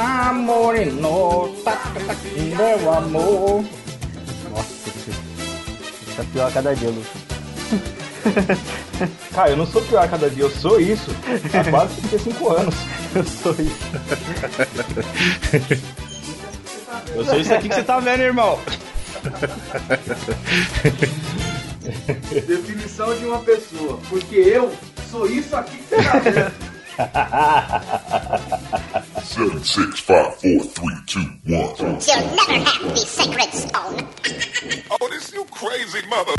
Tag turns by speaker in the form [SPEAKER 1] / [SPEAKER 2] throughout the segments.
[SPEAKER 1] amor em nós, tá, tá, tá, meu amor.
[SPEAKER 2] Nossa, tio. Tá pior a cada dia, Lucas.
[SPEAKER 3] Cara, eu não sou pior a cada dia, eu sou isso há quase 35 anos.
[SPEAKER 2] Eu sou isso.
[SPEAKER 3] Eu sou isso aqui que você tá vendo, irmão.
[SPEAKER 4] Definição de uma pessoa. Porque eu sou isso aqui que você tá vendo.
[SPEAKER 5] Seven, six, five, four, three, two, one.
[SPEAKER 6] You'll never have the sacred stone.
[SPEAKER 5] Oh, this you crazy mother.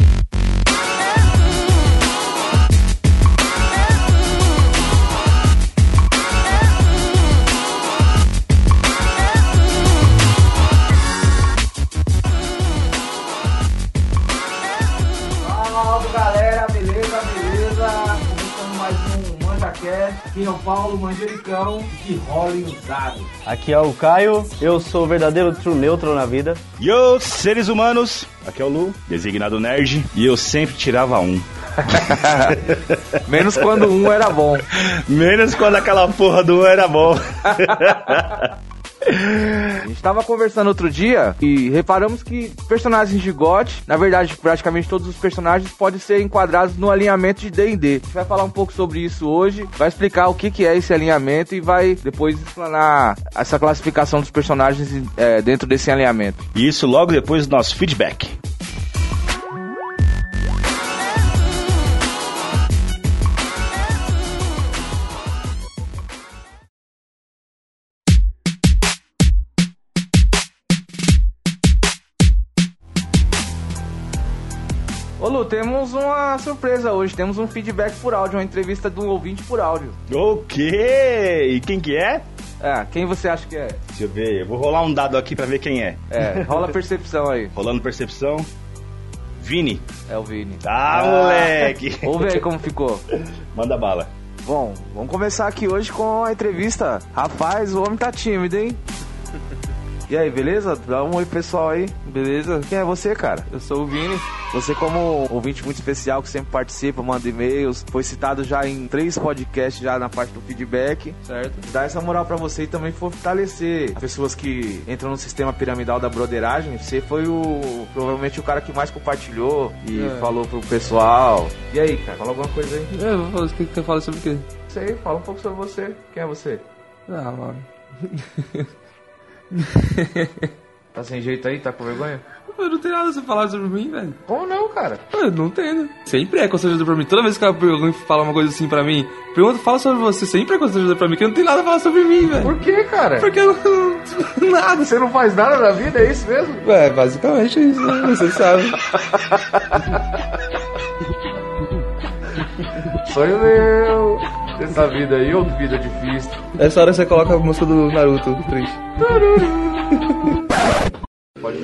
[SPEAKER 4] Salve galera, beleza, beleza? Começando mais um ManjaCast. Aqui é o Paulo Manjericão que rola em usado.
[SPEAKER 2] Aqui é o Caio, eu sou o verdadeiro true neutro na vida.
[SPEAKER 3] Yo, seres humanos, aqui é o Lu, designado nerd, e eu sempre tirava um.
[SPEAKER 7] Menos quando um era bom.
[SPEAKER 3] Menos quando aquela porra do um era bom.
[SPEAKER 7] A gente tava conversando outro dia e reparamos que personagens de GOT, na verdade, praticamente todos os personagens podem ser enquadrados no alinhamento de D&D. A gente vai falar um pouco sobre isso hoje, vai explicar o que, que é esse alinhamento e vai depois explanar essa classificação dos personagens eh, dentro desse alinhamento.
[SPEAKER 3] E isso logo depois do nosso feedback.
[SPEAKER 7] Ô Lu, temos uma surpresa hoje, temos um feedback por áudio, uma entrevista de um ouvinte por áudio.
[SPEAKER 3] O quê? E quem que é?
[SPEAKER 7] É, quem você acha que é?
[SPEAKER 3] Deixa eu ver, eu vou rolar um dado aqui pra ver quem é.
[SPEAKER 7] É, rola a percepção aí,
[SPEAKER 3] Rolando percepção. Vini.
[SPEAKER 7] é o Vini.
[SPEAKER 2] Ah.
[SPEAKER 3] Tá, moleque.
[SPEAKER 7] Ouve aí como ficou.
[SPEAKER 3] Manda bala.
[SPEAKER 7] Bom, vamos começar aqui hoje com a entrevista. Rapaz, o homem tá tímido, hein? E aí, beleza? Dá um oi pro pessoal aí. Beleza? Quem é você, cara? Eu sou o Vini. Você, como um ouvinte muito especial que sempre participa, manda e-mails, foi citado já em três podcasts já na parte do feedback. Certo. Dá essa moral pra você e também fortalecer as pessoas que entram no sistema piramidal da broderagem. Você foi o provavelmente o cara que mais compartilhou e falou pro pessoal. E aí, cara? Fala alguma coisa aí.
[SPEAKER 8] É, eu vou falar, o que que você fala sobre o quê?
[SPEAKER 7] Sei, fala um pouco sobre você. Quem é você?
[SPEAKER 8] Ah, mano.
[SPEAKER 7] Tá sem jeito aí? Tá com vergonha?
[SPEAKER 8] Eu não tenho nada a se falar sobre mim, velho.
[SPEAKER 7] Como não, cara?
[SPEAKER 8] Eu não tenho. Sempre é constrangedor pra mim. Toda vez que alguém fala uma coisa assim pra mim, pergunta, fala sobre você. Sempre é constrangedor pra mim, que eu não tenho nada a falar sobre mim, velho.
[SPEAKER 7] Por que, cara?
[SPEAKER 8] Porque eu não. Nada.
[SPEAKER 7] Você não faz nada na vida, é isso mesmo?
[SPEAKER 8] É, basicamente é isso, né? Você sabe.
[SPEAKER 7] Sonho meu! Essa vida aí, ou vida difícil.
[SPEAKER 8] Essa hora você coloca a música do Naruto, triste.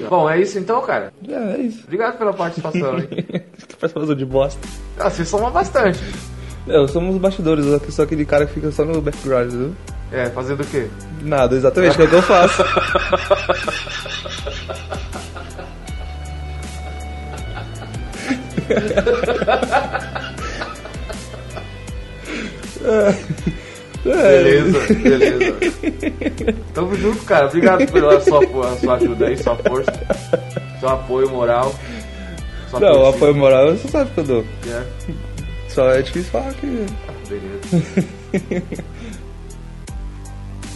[SPEAKER 7] Bom, é isso então, cara.
[SPEAKER 8] É, é isso.
[SPEAKER 7] Obrigado pela participação, hein?
[SPEAKER 8] que participação de bosta.
[SPEAKER 7] Ah, você soma bastante.
[SPEAKER 8] É, Eu somos os bastidores, eu sou aquele cara que fica só no background, viu?
[SPEAKER 7] É, fazendo o quê?
[SPEAKER 8] Nada, exatamente, que é o que eu faço. É.
[SPEAKER 7] É. Beleza, beleza. Tamo junto, cara. Obrigado pela sua, pela sua ajuda aí, sua força, seu apoio moral. sua
[SPEAKER 8] Não, o
[SPEAKER 7] torcida,
[SPEAKER 8] apoio moral você sabe que eu dou.
[SPEAKER 7] né?
[SPEAKER 8] Só é difícil falar que.
[SPEAKER 7] Beleza.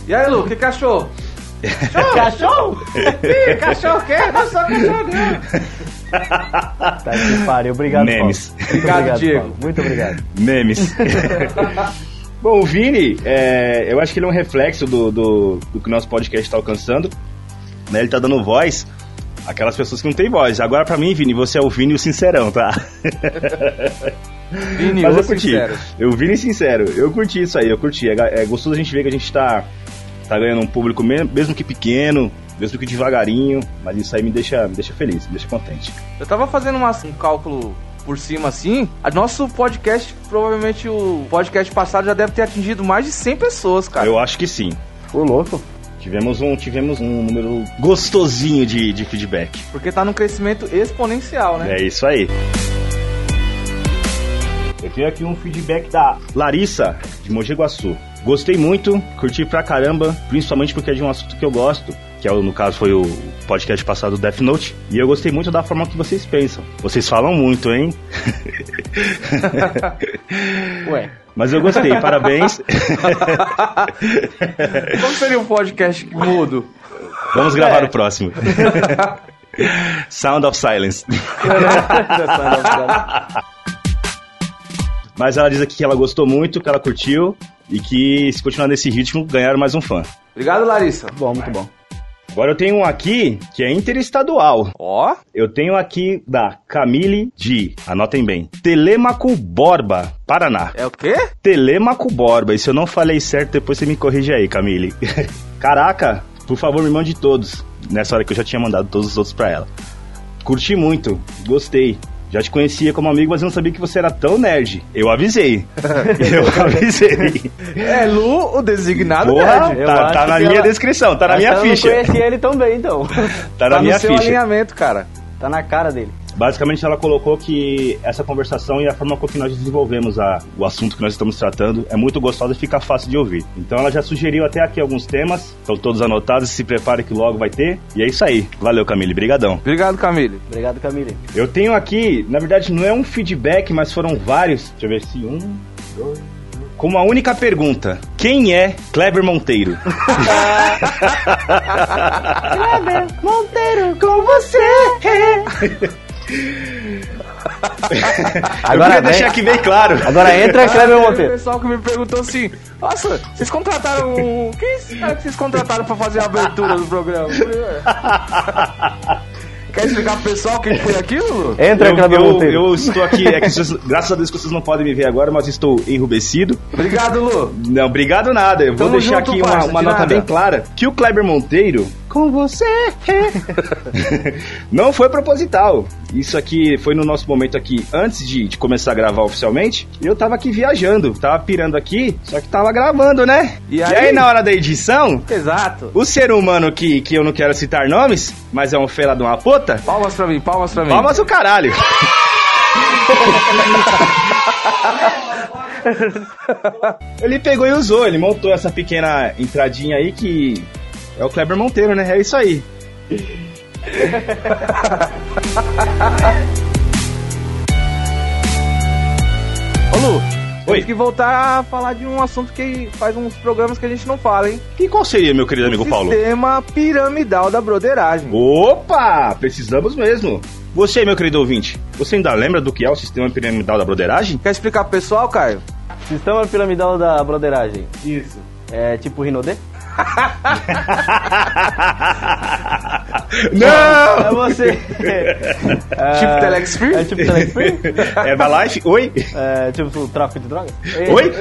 [SPEAKER 7] E aí, Lu, o que que achou? Cachorro? Ih, cachorro quer? Não só cachorro não.
[SPEAKER 2] Tá que pariu. Obrigado,
[SPEAKER 3] Memes.
[SPEAKER 2] Paulo. Muito
[SPEAKER 7] Obrigado, Diego.
[SPEAKER 2] Paulo. Muito obrigado.
[SPEAKER 3] Memes. Bom, o Vini, é, eu acho que ele é um reflexo do, do, do que o nosso podcast está alcançando. Né? Ele tá dando voz àquelas pessoas que não têm voz. Agora, pra mim, Vini, você é o Vini o sincerão, tá?
[SPEAKER 7] Vini,
[SPEAKER 3] Mas
[SPEAKER 7] ô,
[SPEAKER 3] eu curti.
[SPEAKER 7] sincero.
[SPEAKER 3] Eu, Vini, sincero, eu curti isso aí, eu curti. É, ga- é gostoso a gente ver que a gente tá, tá ganhando um público, me- mesmo que pequeno, mesmo que devagarinho. Mas isso aí me deixa, me deixa feliz, me deixa contente.
[SPEAKER 7] Eu tava fazendo uma- um cálculo por cima assim. A nosso podcast, provavelmente o podcast passado já deve ter atingido mais de 100 pessoas, cara.
[SPEAKER 3] Eu acho que sim.
[SPEAKER 2] Tá. Ô, louco.
[SPEAKER 3] Tivemos um, tivemos um número gostosinho de, de feedback.
[SPEAKER 7] Porque tá num crescimento exponencial, né?
[SPEAKER 3] É isso aí. Eu Tenho aqui um feedback da Larissa, de Mogi Guaçu. Gostei muito, curti pra caramba, principalmente porque é de um assunto que eu gosto, que é, o- no caso foi o podcast passado Death Note, e eu gostei muito da forma que vocês pensam. Vocês falam muito, hein?
[SPEAKER 2] Ué.
[SPEAKER 3] Mas eu gostei, parabéns.
[SPEAKER 7] Como seria um podcast mudo?
[SPEAKER 3] Vamos gravar o próximo. Sound of Silence. Mas ela diz aqui que ela gostou muito, que ela curtiu e que se continuar nesse ritmo, ganharam mais um fã.
[SPEAKER 7] Obrigado, Larissa.
[SPEAKER 2] Bom, muito bom.
[SPEAKER 3] Agora eu tenho um aqui que é interestadual.
[SPEAKER 7] Ó,
[SPEAKER 3] Eu tenho aqui da Camille de, anotem bem, Telemaco Borba, Paraná.
[SPEAKER 7] é o quê?
[SPEAKER 3] Telemaco Borba, e se eu não falei certo, depois você me corrige aí, Camille. Caraca, por favor, me mande todos. Nessa hora que eu já tinha mandado todos os outros pra ela. Curti muito, gostei. Já te conhecia como amigo, mas eu não sabia que você era tão nerd. Eu avisei. eu avisei.
[SPEAKER 7] É Lu, o designado
[SPEAKER 3] Porra,
[SPEAKER 7] nerd.
[SPEAKER 2] eu
[SPEAKER 3] tá,
[SPEAKER 2] acho
[SPEAKER 3] tá na
[SPEAKER 2] que
[SPEAKER 3] minha
[SPEAKER 2] ela-
[SPEAKER 3] descrição, tá na
[SPEAKER 2] Acho que
[SPEAKER 3] minha
[SPEAKER 2] ela
[SPEAKER 3] ficha.
[SPEAKER 2] Não conhecia ele tão bem, então.
[SPEAKER 3] Tá na
[SPEAKER 7] tá
[SPEAKER 3] minha
[SPEAKER 7] no seu
[SPEAKER 3] ficha.
[SPEAKER 7] alinhamento, cara.
[SPEAKER 2] Tá na cara dele.
[SPEAKER 3] Basicamente, ela colocou que essa conversação e a forma com que nós desenvolvemos a- o assunto que nós estamos tratando é muito gostosa e fica fácil de ouvir. Então, ela já sugeriu até aqui alguns temas, estão todos anotados, se prepare que logo vai ter. E é isso aí. Valeu, Camille, brigadão.
[SPEAKER 7] Obrigado, Camille.
[SPEAKER 2] Obrigado, Camille.
[SPEAKER 3] Eu tenho aqui, na verdade, não é um feedback, mas foram vários. Deixa eu ver se um, dois... três. Com uma única pergunta: Quem é Kleber Monteiro?
[SPEAKER 2] Monteiro, com você!
[SPEAKER 3] eu
[SPEAKER 2] Agora
[SPEAKER 3] queria
[SPEAKER 2] vem-
[SPEAKER 3] deixar aqui bem claro.
[SPEAKER 2] Agora É, entra, Kleber
[SPEAKER 7] Teve um
[SPEAKER 2] Monteiro.
[SPEAKER 7] pessoal que me perguntou assim: Nossa, vocês contrataram. um- Quem é esse cara que vocês contrataram pra fazer a abertura do programa? Eu falei, "Ué." Quer explicar pro pessoal quem foi aquilo, Lu?
[SPEAKER 2] Entra,
[SPEAKER 3] eu,
[SPEAKER 2] Kleber
[SPEAKER 3] eu,
[SPEAKER 2] Monteiro.
[SPEAKER 3] eu estou aqui, é que vocês- graças a Deus que vocês não podem me ver agora, mas estou enrubescido.
[SPEAKER 7] Obrigado, Lu.
[SPEAKER 3] Não, obrigado nada. Eu vou
[SPEAKER 7] Tamo
[SPEAKER 3] deixar
[SPEAKER 7] junto,
[SPEAKER 3] aqui uma,
[SPEAKER 7] parça,
[SPEAKER 3] uma
[SPEAKER 7] de
[SPEAKER 3] nota
[SPEAKER 7] nada.
[SPEAKER 3] bem clara. Que o Kleber Monteiro, com você, não foi proposital. Isso aqui foi no nosso momento aqui, antes de, de começar a gravar oficialmente, eu tava aqui viajando, tava pirando aqui, só que tava gravando, né?
[SPEAKER 7] E
[SPEAKER 3] E aí,
[SPEAKER 7] aí?
[SPEAKER 3] na hora da edição,
[SPEAKER 7] Exato.
[SPEAKER 3] o ser humano que, que eu não quero citar nomes, mas é um fela de uma puta,
[SPEAKER 7] Palmas pra mim, palmas pra mim.
[SPEAKER 3] palmas o caralho. Ele pegou e usou, ele montou essa pequena entradinha aí que é o Kleber Monteiro, né? É isso aí.
[SPEAKER 7] Ô, Lu,
[SPEAKER 3] Oi.
[SPEAKER 7] temos que voltar a falar de um assunto que faz uns programas que a gente não fala, hein?
[SPEAKER 3] E qual seria, meu querido amigo Paulo?
[SPEAKER 7] Sistema piramidal da broderagem.
[SPEAKER 3] Opa! Precisamos mesmo. Você, meu querido ouvinte, você ainda lembra do que é o sistema piramidal da broderagem?
[SPEAKER 7] Quer explicar pro pessoal, Caio?
[SPEAKER 2] Sistema piramidal da broderagem.
[SPEAKER 4] Isso.
[SPEAKER 2] É tipo Rinodê? É
[SPEAKER 3] Não!
[SPEAKER 2] você.
[SPEAKER 7] Tipo Telexpear?
[SPEAKER 2] É tipo Telexpear?
[SPEAKER 3] É da Life? Oi?
[SPEAKER 2] É tipo tráfico de drogas?
[SPEAKER 3] Oi?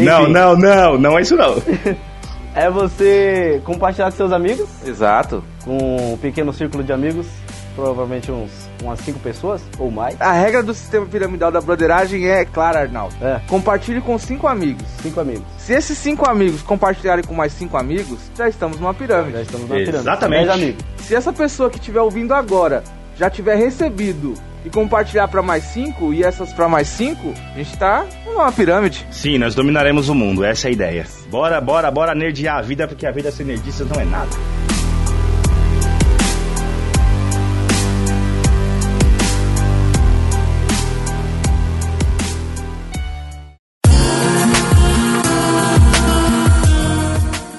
[SPEAKER 3] Não,
[SPEAKER 2] Enfim.
[SPEAKER 3] não, não, não é isso não.
[SPEAKER 2] É você compartilhar com seus amigos,
[SPEAKER 7] Exato.
[SPEAKER 2] com um pequeno círculo de amigos, provavelmente uns umas cinco pessoas ou mais.
[SPEAKER 7] A regra do sistema piramidal da broderagem é clara, Arnaldo.
[SPEAKER 2] É.
[SPEAKER 7] Compartilhe com cinco amigos.
[SPEAKER 2] Cinco amigos.
[SPEAKER 7] Se esses cinco amigos compartilharem com mais cinco amigos, já estamos numa pirâmide.
[SPEAKER 2] Já estamos na pirâmide.
[SPEAKER 3] Exatamente.
[SPEAKER 2] Dez amigos.
[SPEAKER 7] Se essa pessoa que estiver ouvindo agora já tiver recebido e compartilhar pra mais cinco e essas pra mais cinco, a gente tá numa pirâmide.
[SPEAKER 3] Sim, nós dominaremos o mundo, essa é a ideia. Bora, bora, bora nerdear a vida, porque a vida sem nerdices não é nada.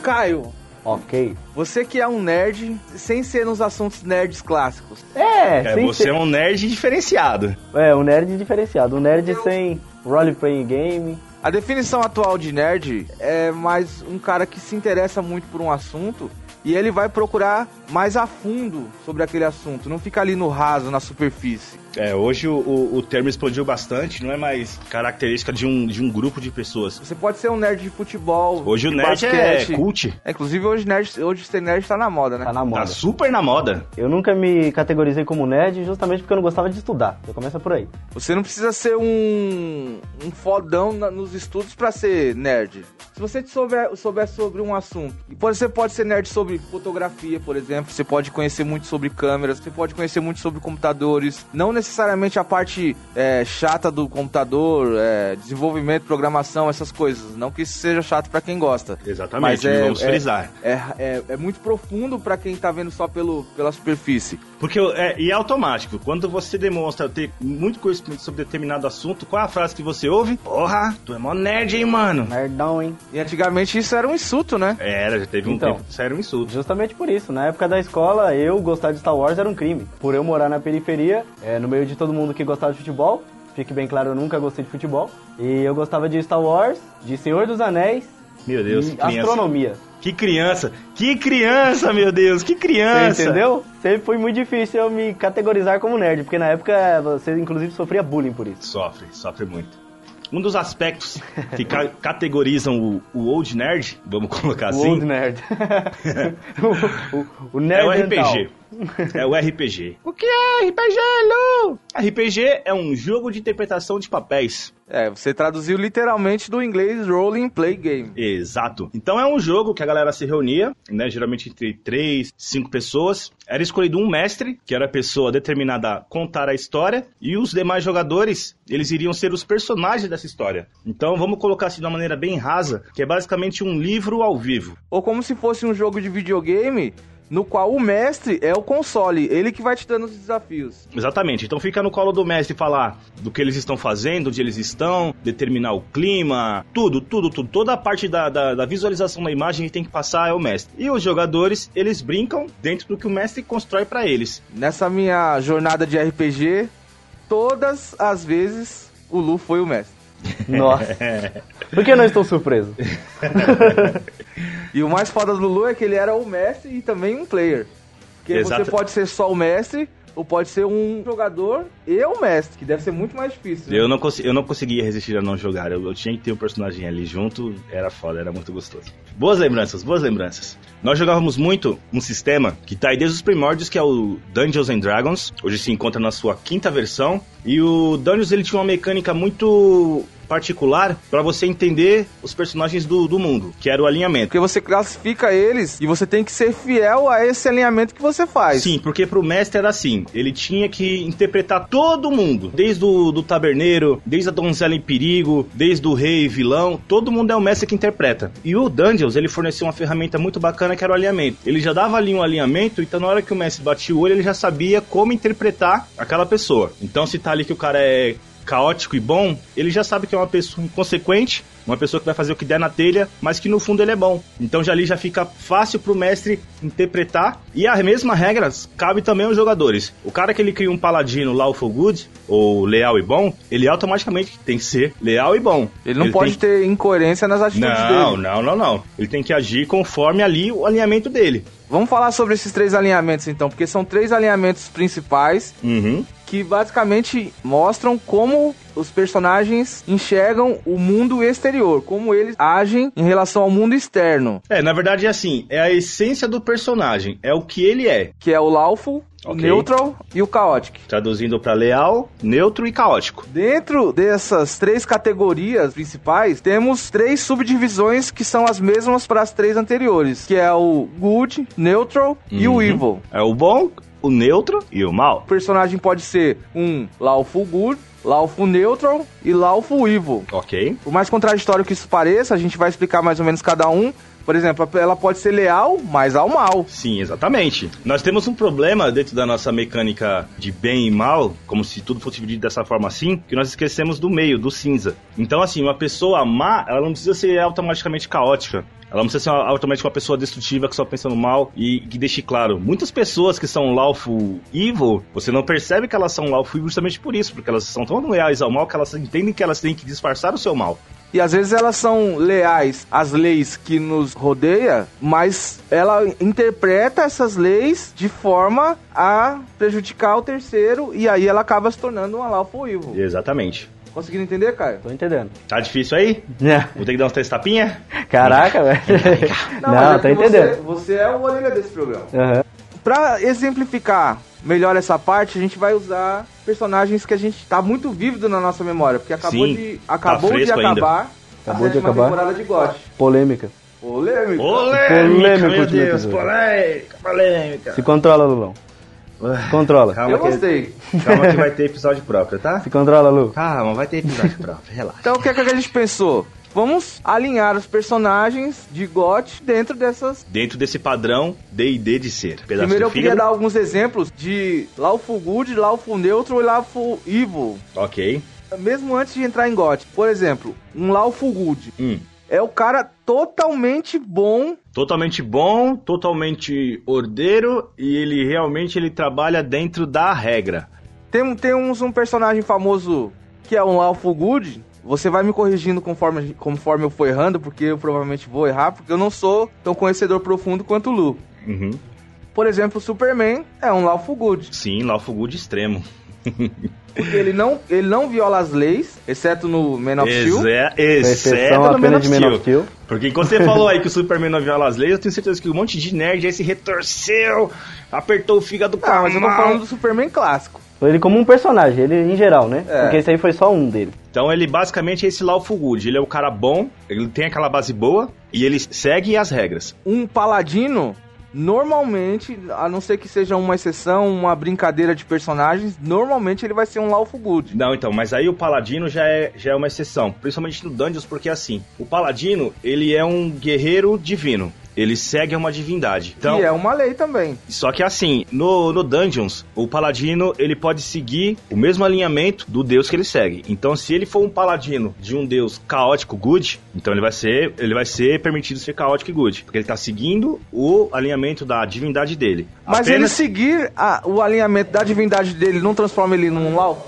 [SPEAKER 7] Caio,
[SPEAKER 2] Ok.
[SPEAKER 7] você que é um nerd, sem ser nos assuntos nerds clássicos.
[SPEAKER 2] É,
[SPEAKER 3] É,
[SPEAKER 2] sem
[SPEAKER 3] você
[SPEAKER 2] ser-
[SPEAKER 3] é um nerd diferenciado.
[SPEAKER 2] é um nerd diferenciado. Um nerd sem role-playing game.
[SPEAKER 7] A definição atual de nerd é mais um cara que se interessa muito por um assunto e ele vai procurar mais a fundo sobre aquele assunto, não fica ali no raso, na superfície.
[SPEAKER 3] É, hoje o, o, o termo explodiu bastante, não é mais característica de um, de um grupo de pessoas.
[SPEAKER 7] Você pode ser um nerd de futebol,
[SPEAKER 3] Hoje o
[SPEAKER 7] de
[SPEAKER 3] nerd
[SPEAKER 7] basquete.
[SPEAKER 3] é cult,
[SPEAKER 7] É, inclusive hoje, nerd, hoje ser nerd tá na moda, né?
[SPEAKER 2] Tá na
[SPEAKER 3] tá
[SPEAKER 2] moda.
[SPEAKER 3] super na moda.
[SPEAKER 2] Eu nunca me categorizei como nerd justamente porque eu não gostava de estudar. Eu começo por aí.
[SPEAKER 7] Você não precisa ser um, um fodão na- nos estudos pra ser nerd. Se você souber, souber sobre um assunto, e pode- você pode ser nerd sobre fotografia, por exemplo, tempo, você pode conhecer muito sobre câmeras, você pode conhecer muito sobre computadores, não necessariamente a parte é, chata do computador, é, desenvolvimento, programação, essas coisas. Não que isso seja chato pra quem gosta. Mas
[SPEAKER 3] Exatamente,
[SPEAKER 7] é-
[SPEAKER 3] vamos
[SPEAKER 7] é-
[SPEAKER 3] frisar.
[SPEAKER 7] É, é, é muito profundo pra quem tá vendo só pelo, pela superfície.
[SPEAKER 3] Porque é, e é automático. Quando você demonstra ter muito conhecimento sobre determinado assunto, qual é a frase que você ouve? Porra, tu é mó nerd, hein, mano?
[SPEAKER 2] Nerdão, hein?
[SPEAKER 7] E antigamente isso era um insulto, né?
[SPEAKER 3] Era, já teve um
[SPEAKER 2] Então.
[SPEAKER 3] tempo que sério um insulto.
[SPEAKER 2] Justamente por isso. Na época da escola, eu gostar de Star Wars era um crime. Por eu morar na periferia, é, no meio de todo mundo que gostava de futebol, fique bem claro, eu nunca gostei de futebol. E eu gostava de Star Wars, de Senhor dos Anéis
[SPEAKER 3] Meu Deus,
[SPEAKER 2] e
[SPEAKER 3] que assim. criança.
[SPEAKER 2] astronomia.
[SPEAKER 3] Que criança! Que criança, meu Deus, que
[SPEAKER 2] Você
[SPEAKER 3] criança!
[SPEAKER 2] entendeu? Sempre foi muito difícil eu me categorizar como nerd, porque na época eh, você inclusive sofria bullying por isso.
[SPEAKER 3] Sofre, sofre muito. Um dos aspectos que ca- categorizam o, o old nerd, vamos colocar
[SPEAKER 2] O
[SPEAKER 3] assim,
[SPEAKER 2] old nerd. o, o- o nerd
[SPEAKER 3] é o
[SPEAKER 2] dental.
[SPEAKER 3] RPG. É o RPG. O que é RPG, Lu? RPG é um jogo de interpretação de papéis.
[SPEAKER 7] É, você traduziu literalmente do inglês Rolling Play Game.
[SPEAKER 3] Exato. Então é um jogo que a galera se reunia, né? Geralmente entre três, cinco pessoas. Era escolhido um mestre, que era a pessoa determinada a contar a história, e os demais jogadores, eles iriam ser os personagens dessa história. Então vamos colocar assim de uma maneira bem rasa, que é basicamente um livro ao vivo.
[SPEAKER 7] Ou como se fosse um jogo de videogame no qual o mestre é o console, ele que vai te dando os desafios.
[SPEAKER 3] Exatamente. Então fica no colo do mestre falar do que eles estão fazendo, onde eles estão, determinar o clima, tudo, tudo, tudo. Toda a parte da, da, da visualização da imagem que tem que passar é o mestre. E os jogadores, eles brincam dentro do que o mestre constrói pra eles.
[SPEAKER 7] Nessa minha jornada de RPG, todas as vezes o Lu foi o mestre.
[SPEAKER 2] Nossa. Por que eu não estou surpreso?
[SPEAKER 7] E o mais foda do Lu é que ele era o mestre e também um player. Porque
[SPEAKER 3] Exato.
[SPEAKER 7] você pode ser só o mestre, ou pode ser um jogador e o mestre, que deve ser muito mais difícil. né?
[SPEAKER 3] Eu não, consi- eu não conseguia resistir a não jogar. Eu, eu tinha que ter um personagem ali junto. Era foda, era muito gostoso. Boas lembranças, boas lembranças. Nós jogávamos muito um sistema que tá aí desde os primórdios, que é o Dungeons and Dragons. Hoje se encontra na sua quinta versão. E o Dungeons ele tinha uma mecânica muito particular pra você entender os personagens do, do mundo, que era o alinhamento.
[SPEAKER 7] Porque você classifica eles e você tem que ser fiel a esse alinhamento que você faz.
[SPEAKER 3] Sim, porque pro mestre era assim, ele tinha que interpretar todo mundo, desde o do taberneiro, desde a donzela em perigo, desde o rei e vilão, todo mundo é o mestre que interpreta. E o Dungeons, ele forneceu uma ferramenta muito bacana que era o alinhamento. Ele já dava ali um alinhamento, então na hora que o mestre batia o olho, ele já sabia como interpretar aquela pessoa. Então se tá ali que o cara é caótico e bom, ele já sabe que é uma pessoa inconsequente, uma pessoa que vai fazer o que der na telha, mas que no fundo ele é bom. Então já ali já fica fácil pro mestre interpretar. E a mesma regra cabe também aos jogadores. O cara que ele cria um paladino lawful good, ou leal e bom, ele automaticamente tem que ser leal e bom.
[SPEAKER 7] Ele não pode
[SPEAKER 3] tem-
[SPEAKER 7] ter incoerência nas atitudes
[SPEAKER 3] Não,
[SPEAKER 7] dele.
[SPEAKER 3] não, não, não. Ele tem que agir conforme ali o alinhamento dele.
[SPEAKER 7] Vamos falar sobre esses três alinhamentos então, porque são três alinhamentos principais
[SPEAKER 3] Uhum.
[SPEAKER 7] que basicamente mostram como os personagens enxergam o mundo exterior, como eles agem em relação ao mundo externo,
[SPEAKER 3] É, na verdade é assim, é a essência do personagem, é o que ele é.
[SPEAKER 7] que é o lawful, o
[SPEAKER 3] Ok.
[SPEAKER 7] neutral e o chaotic.
[SPEAKER 3] Traduzindo pra leal, neutro e caótico.
[SPEAKER 7] Dentro dessas três categorias principais, temos três subdivisões que são as mesmas para as três anteriores, que é o good, neutral e o
[SPEAKER 3] Uhum.
[SPEAKER 7] evil.
[SPEAKER 3] É o bom, o neutro e o mal.
[SPEAKER 7] O personagem pode ser um lawful good, lawful neutral e lawful evil.
[SPEAKER 3] Ok.
[SPEAKER 7] Por mais contraditório que isso pareça, a gente vai explicar mais ou menos cada um. Por exemplo, ela pode ser leal, mas ao mal.
[SPEAKER 3] Sim, exatamente. Nós temos um problema dentro da nossa mecânica de bem e mal, como se tudo fosse dividido dessa forma assim, que nós esquecemos do meio, do cinza. Então, assim, uma pessoa má, ela não precisa ser automaticamente caótica. Ela não precisa ser automaticamente uma pessoa destrutiva que só pensa no mal e que deixe claro. Muitas pessoas que são lawful evil, você não percebe que elas são lawful evil justamente por isso, porque elas são tão leais ao mal que elas entendem que elas têm que disfarçar o seu mal.
[SPEAKER 7] E às vezes elas são leais às leis que nos rodeia, mas ela interpreta essas leis de forma a prejudicar o terceiro e aí ela acaba se tornando uma lawful evil.
[SPEAKER 3] Exatamente.
[SPEAKER 7] Conseguindo entender, Caio?
[SPEAKER 2] Tô entendendo.
[SPEAKER 3] Tá difícil aí? Vou ter que dar uns três tapinhas?
[SPEAKER 2] Caraca, velho. Não,
[SPEAKER 7] mas é
[SPEAKER 2] tô
[SPEAKER 7] porque Você,
[SPEAKER 2] entendendo.
[SPEAKER 7] você é o orelha desse programa.
[SPEAKER 2] Aham.
[SPEAKER 7] Pra exemplificar melhor essa parte, a gente vai usar personagens que a gente tá muito vívido na nossa memória, porque acabou
[SPEAKER 3] Sim,
[SPEAKER 7] de
[SPEAKER 3] tá
[SPEAKER 7] acabou de
[SPEAKER 3] fresco ainda.
[SPEAKER 7] acabar tá
[SPEAKER 2] Acabou
[SPEAKER 7] a
[SPEAKER 2] de
[SPEAKER 7] sétima
[SPEAKER 2] acabar.
[SPEAKER 7] temporada de GOT.
[SPEAKER 2] Polêmica.
[SPEAKER 7] Polêmico.
[SPEAKER 3] Polêmica, meu
[SPEAKER 2] Polêmico último
[SPEAKER 3] Deus,
[SPEAKER 2] episódio.
[SPEAKER 3] polêmica, polêmica.
[SPEAKER 2] Se controla, Lulão. Se controla.
[SPEAKER 3] Calma
[SPEAKER 7] Eu
[SPEAKER 3] que-
[SPEAKER 7] gostei.
[SPEAKER 3] Calma que vai ter episódio próprio, tá?
[SPEAKER 2] Se controla, Lu.
[SPEAKER 3] Calma, vai ter episódio próprio, relaxa.
[SPEAKER 7] Então o que, é que a gente pensou? Vamos alinhar os personagens de GOT dentro dessas.
[SPEAKER 3] Dentro desse padrão D&D de ser. Pedaço
[SPEAKER 7] Primeiro eu
[SPEAKER 3] do
[SPEAKER 7] queria
[SPEAKER 3] fígado.
[SPEAKER 7] dar alguns exemplos de Lawful Good, Lawful Neutro e Lawful Evil.
[SPEAKER 3] Ok.
[SPEAKER 7] Mesmo antes de entrar em GOT. Por exemplo, um Lawful Good
[SPEAKER 3] Hum.
[SPEAKER 7] é o cara totalmente bom.
[SPEAKER 3] Totalmente bom, totalmente ordeiro e ele realmente ele trabalha dentro da regra.
[SPEAKER 7] Tem, tem uns, um personagem famoso que é um Lawful Good. Você vai me corrigindo conforme, conforme eu for errando, porque eu provavelmente vou errar, porque eu não sou tão conhecedor profundo quanto o Lu.
[SPEAKER 3] Uhum.
[SPEAKER 7] Por exemplo, o Superman é um Lawful Good.
[SPEAKER 3] Sim, Lawful Good extremo.
[SPEAKER 7] Porque ele não, ele não viola as leis, exceto no Man of Steel.
[SPEAKER 3] Exe-
[SPEAKER 2] Com
[SPEAKER 3] Exceto
[SPEAKER 2] exceção
[SPEAKER 3] no Man
[SPEAKER 2] apenas
[SPEAKER 3] of
[SPEAKER 2] de Man
[SPEAKER 3] Steel.
[SPEAKER 2] of Steel.
[SPEAKER 3] Porque quando você falou aí que o Superman não viola as leis, eu tenho certeza que um monte de nerd aí se retorceu, apertou o fígado pra
[SPEAKER 7] Ah, mas eu tô
[SPEAKER 3] mal.
[SPEAKER 7] falando do Superman clássico.
[SPEAKER 2] Ele como um personagem, ele em geral, né?
[SPEAKER 7] É.
[SPEAKER 2] Porque esse aí foi só um dele.
[SPEAKER 3] Então ele basicamente é esse Lawful Good. Ele é o cara bom, ele tem aquela base boa e ele segue as regras.
[SPEAKER 7] Um paladino, normalmente, a não ser que seja uma exceção, uma brincadeira de personagens, normalmente ele vai ser um Lawful Good.
[SPEAKER 3] Não, então, mas aí o Paladino já é, já é uma exceção, principalmente no Dungeons, porque assim, o Paladino, ele é um guerreiro divino. Ele segue uma divindade. Então,
[SPEAKER 7] e é uma lei também.
[SPEAKER 3] Só que assim, no, no Dungeons, o paladino ele pode seguir o mesmo alinhamento do deus que ele segue. Então, se ele for um paladino de um deus caótico good, então ele vai ser, ele vai ser permitido ser caótico e good, porque ele tá seguindo o alinhamento da divindade dele.
[SPEAKER 7] Mas ele
[SPEAKER 3] Apenas-
[SPEAKER 7] seguir a- o alinhamento da divindade dele não transforma ele num Law?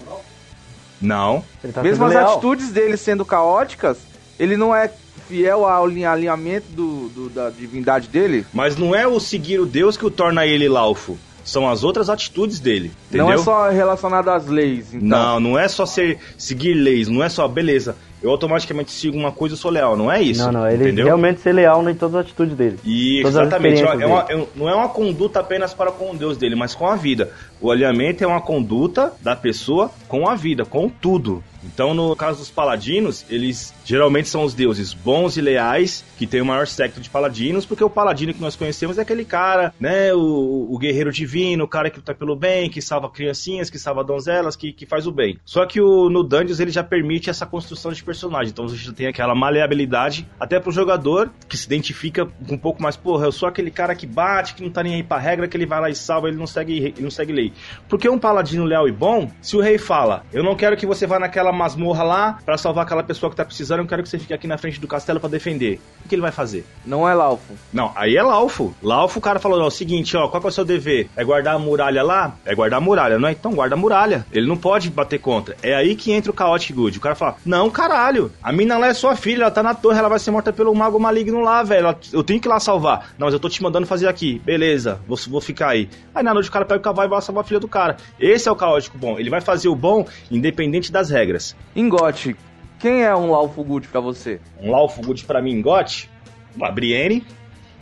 [SPEAKER 3] não,
[SPEAKER 2] Ele tá
[SPEAKER 7] Mesmo
[SPEAKER 2] sendo
[SPEAKER 7] as
[SPEAKER 2] leal.
[SPEAKER 7] atitudes dele sendo caóticas, ele não é fiel ao alin- alinhamento do, do- da divindade dele?
[SPEAKER 3] mas não é o seguir o deus que o torna ele laufo. São as outras atitudes dele, entendeu?
[SPEAKER 7] Não é só relacionado às leis, então.
[SPEAKER 3] Não, não é só ser seguir leis, não é só beleza. Eu automaticamente sigo uma coisa e sou leal, não é isso?
[SPEAKER 2] Não, não, ele
[SPEAKER 3] entendeu?
[SPEAKER 2] realmente ser leal em todas as atitudes dele.
[SPEAKER 3] E
[SPEAKER 2] Todas as
[SPEAKER 3] exatamente, é uma- é
[SPEAKER 2] experiências
[SPEAKER 3] uma- é um- não é uma conduta apenas para com o Deus dele, mas com a vida. O alinhamento é uma conduta da pessoa com a vida, com tudo. Então, no caso dos paladinos, eles geralmente são os deuses bons e leais, que tem o maior secto de paladinos, porque o paladino que nós conhecemos é aquele cara, né, o, o guerreiro divino, o cara que luta pelo bem, que salva criancinhas, que salva donzelas, que, que faz o bem. Só que o, no Dungeons ele já permite essa construção de personagem, então você já tem aquela maleabilidade, até pro jogador que se identifica um pouco mais, porra, eu sou aquele cara que bate, que não tá nem aí pra regra, que ele vai lá e salva, ele não segue, ele não segue lei. Porque um paladino leal e bom, se o rei fala, eu não quero que você vá naquela masmorra lá pra salvar aquela pessoa que tá precisando, eu quero que você fique aqui na frente do castelo pra defender. O que ele vai fazer?
[SPEAKER 7] Não é Laufo.
[SPEAKER 3] Não, aí é Laufo. Laufo, o cara falou: não, é o seguinte, ó, qual que é o seu dever? É guardar a muralha lá? É guardar a muralha, não é? Então guarda a muralha. Ele não pode bater contra. É aí que entra o Chaotic Good. O cara fala: não, caralho, a mina lá é sua filha, ela tá na torre, ela vai ser morta pelo mago maligno lá, velho. ela- Eu tenho que ir lá salvar. Não, mas eu tô te mandando fazer aqui. Beleza, vou, vou ficar aí. Aí na noite o cara pega o cavalo e vai salvar a filha do cara. Esse é o Caótico bom. Ele vai fazer o bom independente das regras.
[SPEAKER 7] Em GOT, quem é um Lawful Good pra você?
[SPEAKER 3] Um Laufo Good pra mim, Gote? Uma Brienne.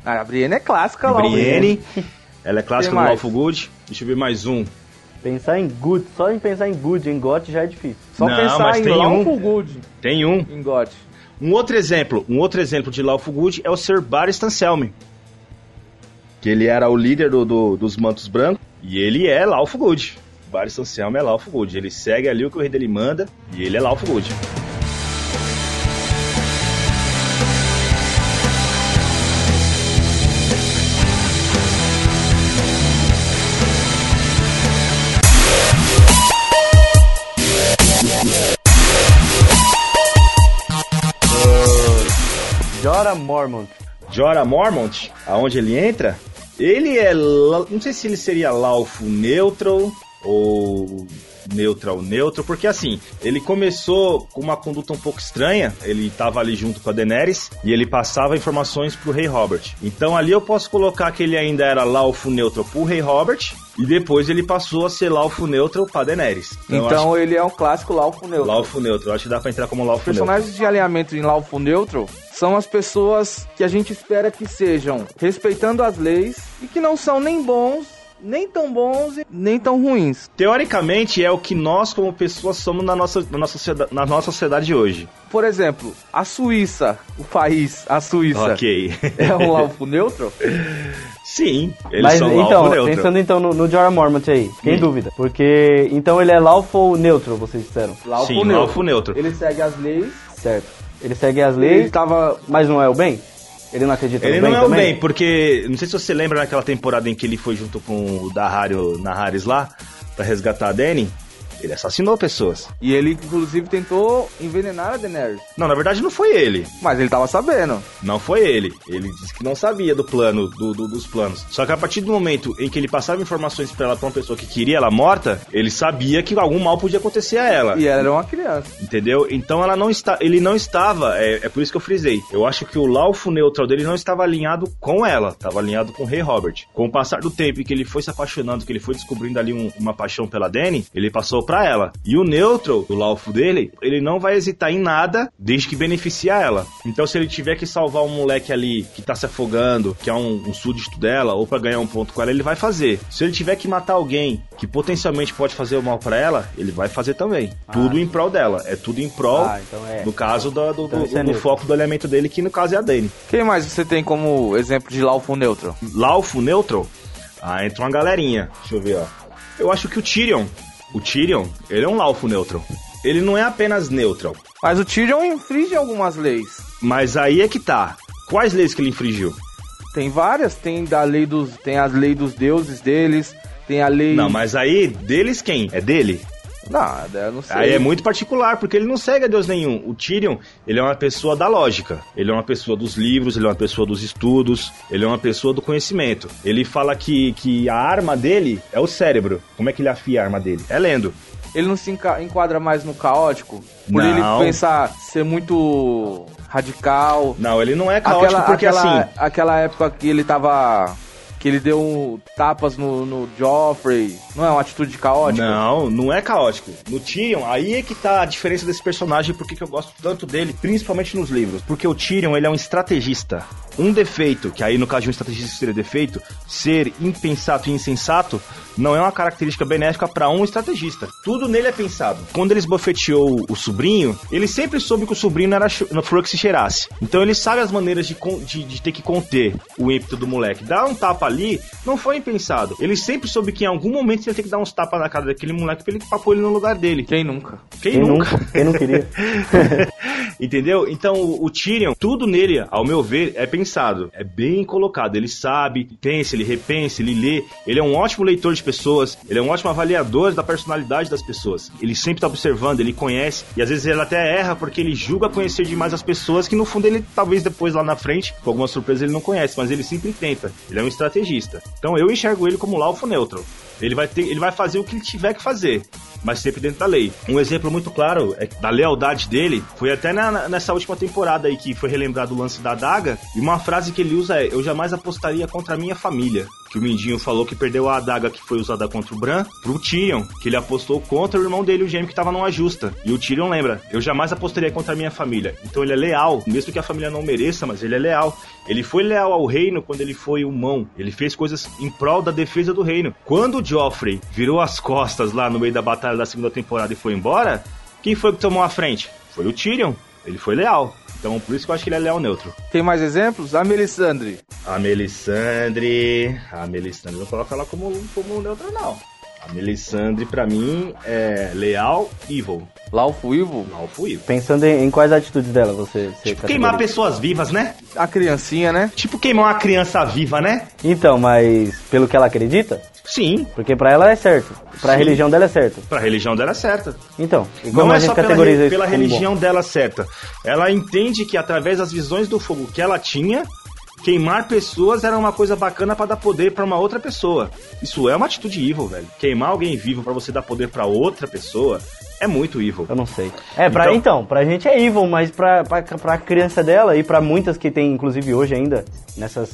[SPEAKER 7] Ah, a Brienne é clássica, Lawful.
[SPEAKER 3] Brienne. Ela é clássica
[SPEAKER 7] Quem
[SPEAKER 3] do
[SPEAKER 7] mais?
[SPEAKER 3] Lawful Good. Deixa eu ver mais um.
[SPEAKER 2] Pensar em good, só em pensar em good, em got já é difícil.
[SPEAKER 7] Só
[SPEAKER 3] Não, mas
[SPEAKER 7] pensar em
[SPEAKER 3] tem
[SPEAKER 7] Lawful Good
[SPEAKER 3] Tem um.
[SPEAKER 7] em GOT.
[SPEAKER 3] Um outro exemplo, um outro exemplo de Lawful Good é o Sir Barristan Selmy. Que ele era o líder do, do- dos mantos brancos. E ele é Lawful Good. Barristan Selmy é Lawful Good. Ele segue ali o que o rei dele manda. E ele é Lawful Good.
[SPEAKER 2] Jora Mormont.
[SPEAKER 3] Jorah Mormont, aonde ele entra, ele é. la- Não sei se ele seria Laufo Neutral ou Neutral Neutral, porque assim, ele começou com uma conduta um pouco estranha. Ele tava ali junto com a Daenerys e ele passava informações pro Rei Robert. Então ali eu posso colocar que ele ainda era Laufo Neutral pro Rei Robert e depois ele passou a ser Laufo Neutral pra Daenerys. eu
[SPEAKER 7] Então ele é um clássico Lawful
[SPEAKER 3] acho,
[SPEAKER 7] Neutral.
[SPEAKER 3] Laufo Neutral, eu acho que dá pra entrar como Laufo Neutral.
[SPEAKER 7] Personagens de alinhamento em Lawful Neutral são as pessoas que a gente espera que sejam respeitando as leis e que não são nem bons
[SPEAKER 9] nem tão bons e nem tão ruins.
[SPEAKER 3] Teoricamente é o que nós como pessoas somos na nossa, na nossa, sociedade, na nossa sociedade de hoje.
[SPEAKER 7] Por exemplo, a Suíça, o país, a Suíça,
[SPEAKER 3] Ok.
[SPEAKER 7] é um alvo neutro?
[SPEAKER 3] Sim, eles
[SPEAKER 2] Mas
[SPEAKER 3] são
[SPEAKER 2] então,
[SPEAKER 3] alvo neutro.
[SPEAKER 2] pensando então no, no Jorah Mormont aí, fiquei em dúvida. Porque então ele é lawful neutro, vocês disseram.
[SPEAKER 7] Lá
[SPEAKER 3] Sim,
[SPEAKER 7] neutro.
[SPEAKER 3] alvo neutro.
[SPEAKER 7] Ele segue as leis.
[SPEAKER 2] Certo. Ele segue as
[SPEAKER 7] Ele
[SPEAKER 2] leis,
[SPEAKER 7] tava.
[SPEAKER 2] mas não é o bem? Ele não acredita
[SPEAKER 3] tá- Ele
[SPEAKER 2] no bem
[SPEAKER 3] não é o
[SPEAKER 2] também?
[SPEAKER 3] bem, porque não sei se você lembra naquela temporada em que ele foi junto com o Dahario Naharis lá pra resgatar a Dany, ele assassinou pessoas.
[SPEAKER 7] E ele, inclusive, tentou envenenar a Daenerys.
[SPEAKER 3] Não, na verdade não foi ele.
[SPEAKER 7] Mas ele tava sabendo.
[SPEAKER 3] Não foi ele. Ele disse que não sabia do plano, do, do- dos planos. Só que a partir do momento em que ele passava informações pra ela pra uma pessoa que queria ela morta, ele sabia que algum mal podia acontecer a ela.
[SPEAKER 7] E ela era uma criança.
[SPEAKER 3] Entendeu? Então ela não está, ele não estava, é, é por isso que eu frisei. Eu acho que o laufo neutral dele não estava alinhado com ela, estava alinhado com o Rei Robert. Com o passar do tempo em que ele foi se apaixonando, que ele foi descobrindo ali um- uma paixão pela Dany, ele passou pra ela. E o neutral, o laufo dele, ele não vai hesitar em nada desde que beneficia ela. Então se ele tiver que salvar um moleque ali que tá se afogando, que é um, um súdito dela, ou pra ganhar um ponto com ela, ele vai fazer. Se ele tiver que matar alguém que potencialmente pode fazer o mal pra ela, ele vai fazer também. tudo em prol dela. É tudo em prol,
[SPEAKER 2] Ah, então é.
[SPEAKER 3] no caso, do, do-
[SPEAKER 2] Então
[SPEAKER 3] do-
[SPEAKER 2] isso é
[SPEAKER 3] do
[SPEAKER 2] neutro.
[SPEAKER 3] foco do elemento dele, que no caso é a Dani.
[SPEAKER 7] Quem mais você tem como exemplo de Laufo neutro?
[SPEAKER 3] Laufo, neutral, ah, entra uma galerinha. Deixa eu ver, ó. Eu acho que o Tyrion, o Tyrion, ele é um Laufo neutral. Ele não é apenas neutral,
[SPEAKER 7] Mas o Tyrion infringe algumas leis.
[SPEAKER 3] mas aí é que tá. Quais leis que ele infringiu?
[SPEAKER 7] Tem várias, tem da lei dos, tem as leis dos deuses deles, tem a lei
[SPEAKER 3] Não, mas aí, deles quem? É dele?
[SPEAKER 7] Nada, eu não sei.
[SPEAKER 3] Aí é muito particular, porque ele não segue a Deus nenhum. O Tyrion, ele é uma pessoa da lógica. Ele é uma pessoa dos livros, ele é uma pessoa dos estudos, ele é uma pessoa do conhecimento. Ele fala que, que a arma dele é o cérebro. Como é que ele afia a arma dele? É lendo.
[SPEAKER 7] Ele não se enca- enquadra mais no caótico por ele
[SPEAKER 3] Não.
[SPEAKER 7] pensar ser muito radical.
[SPEAKER 3] Não, ele não é caótico, porque
[SPEAKER 7] aquela,
[SPEAKER 3] assim...
[SPEAKER 7] aquela época que ele tava que ele deu um- tapas no, no Joffrey, não é uma atitude caótica?
[SPEAKER 3] Não, não é caótico. No Tyrion, aí é que tá a diferença desse personagem, porque que eu gosto tanto dele, principalmente nos livros. Porque o Tyrion, ele é um estrategista. Um defeito, que aí no caso de um estrategista seria defeito, ser impensato e insensato, não é uma característica benéfica pra um estrategista. Tudo nele é pensado. Quando eles esbofeteou o sobrinho, ele sempre soube que o sobrinho era chu- foi o que se cheirasse. Então ele sabe as maneiras de, con- de, de ter que conter o ímpeto do moleque. Dar um tapa ali não foi impensado. Ele sempre soube que em algum momento ele ia ter que dar uns tapas na cara daquele moleque pra ele papou ele no lugar dele.
[SPEAKER 7] Quem nunca?
[SPEAKER 3] Quem,
[SPEAKER 2] Quem
[SPEAKER 3] nunca?
[SPEAKER 2] nunca? Quem não queria?
[SPEAKER 3] Entendeu? Então o o Tyrion, tudo nele, ao meu ver, é pensado, é bem colocado. Ele sabe, pensa, ele repensa, ele lê. Ele é um ótimo leitor de pessoas, ele é um ótimo avaliador da personalidade das pessoas. Ele sempre tá observando, ele conhece, e às vezes ele até erra porque ele julga conhecer demais as pessoas que no fundo ele talvez depois lá na frente, com alguma surpresa, ele não conhece, mas ele sempre tenta. Ele é um estrategista. Então eu enxergo ele como Laufo neutro. Ele vai, ter, ele vai fazer o que ele tiver que fazer, mas sempre dentro da lei. Um exemplo muito claro é que da lealdade dele foi até na- na- nessa última temporada aí que foi relembrado o lance da adaga. E uma frase que ele usa é: Eu jamais apostaria contra a minha família. Que o Mindinho falou que perdeu a adaga que foi usada contra o Bran pro Tyrion, que ele apostou contra o irmão dele, o gêmeo que tava numa justa. E o Tyrion lembra: Eu jamais apostaria contra a minha família. Então ele é leal, mesmo que a família não mereça, mas ele é leal. Ele foi leal ao reino quando ele foi humão. Ele fez coisas em prol da defesa do reino. Quando o Joffrey virou as costas lá no meio da batalha da segunda temporada e foi embora, quem foi que tomou a frente? Foi o Tyrion. Ele foi leal. Então por isso que eu acho que ele é leal neutro.
[SPEAKER 7] Tem mais exemplos? A Melisandre.
[SPEAKER 3] A Melisandre. A Melisandre, não coloca ela como, como neutra, não. A Melisandre, pra mim, é leal, evil.
[SPEAKER 7] Laufo Ivo,
[SPEAKER 3] Laufo evil.
[SPEAKER 2] Pensando em, em quais atitudes dela você... você tá
[SPEAKER 3] Tipo, queimar
[SPEAKER 2] categoriza?
[SPEAKER 3] pessoas vivas, né?
[SPEAKER 7] a criancinha, né?
[SPEAKER 3] Tipo, queimar uma criança viva, né?
[SPEAKER 2] Então, mas pelo que ela acredita?
[SPEAKER 3] Sim,
[SPEAKER 2] Porque pra ela é certo. Pra
[SPEAKER 3] Sim.
[SPEAKER 2] religião dela é certo.
[SPEAKER 3] pra religião dela é certa.
[SPEAKER 2] Então, e como
[SPEAKER 3] Não
[SPEAKER 2] a
[SPEAKER 3] é
[SPEAKER 2] gente
[SPEAKER 3] só pela,
[SPEAKER 2] categoriza
[SPEAKER 3] re-
[SPEAKER 2] isso
[SPEAKER 3] pela
[SPEAKER 2] como bom?
[SPEAKER 3] religião dela certa. Ela entende que através das visões do fogo que ela tinha, queimar pessoas era uma coisa bacana pra dar poder pra uma outra pessoa. Isso é uma atitude evil, velho. Queimar alguém vivo pra você dar poder pra outra pessoa é muito evil.
[SPEAKER 2] Eu não sei. É, pra,
[SPEAKER 3] Então-
[SPEAKER 2] então, pra gente é evil, mas pra, pra, pra criança dela e pra muitas que tem, inclusive hoje ainda, nessas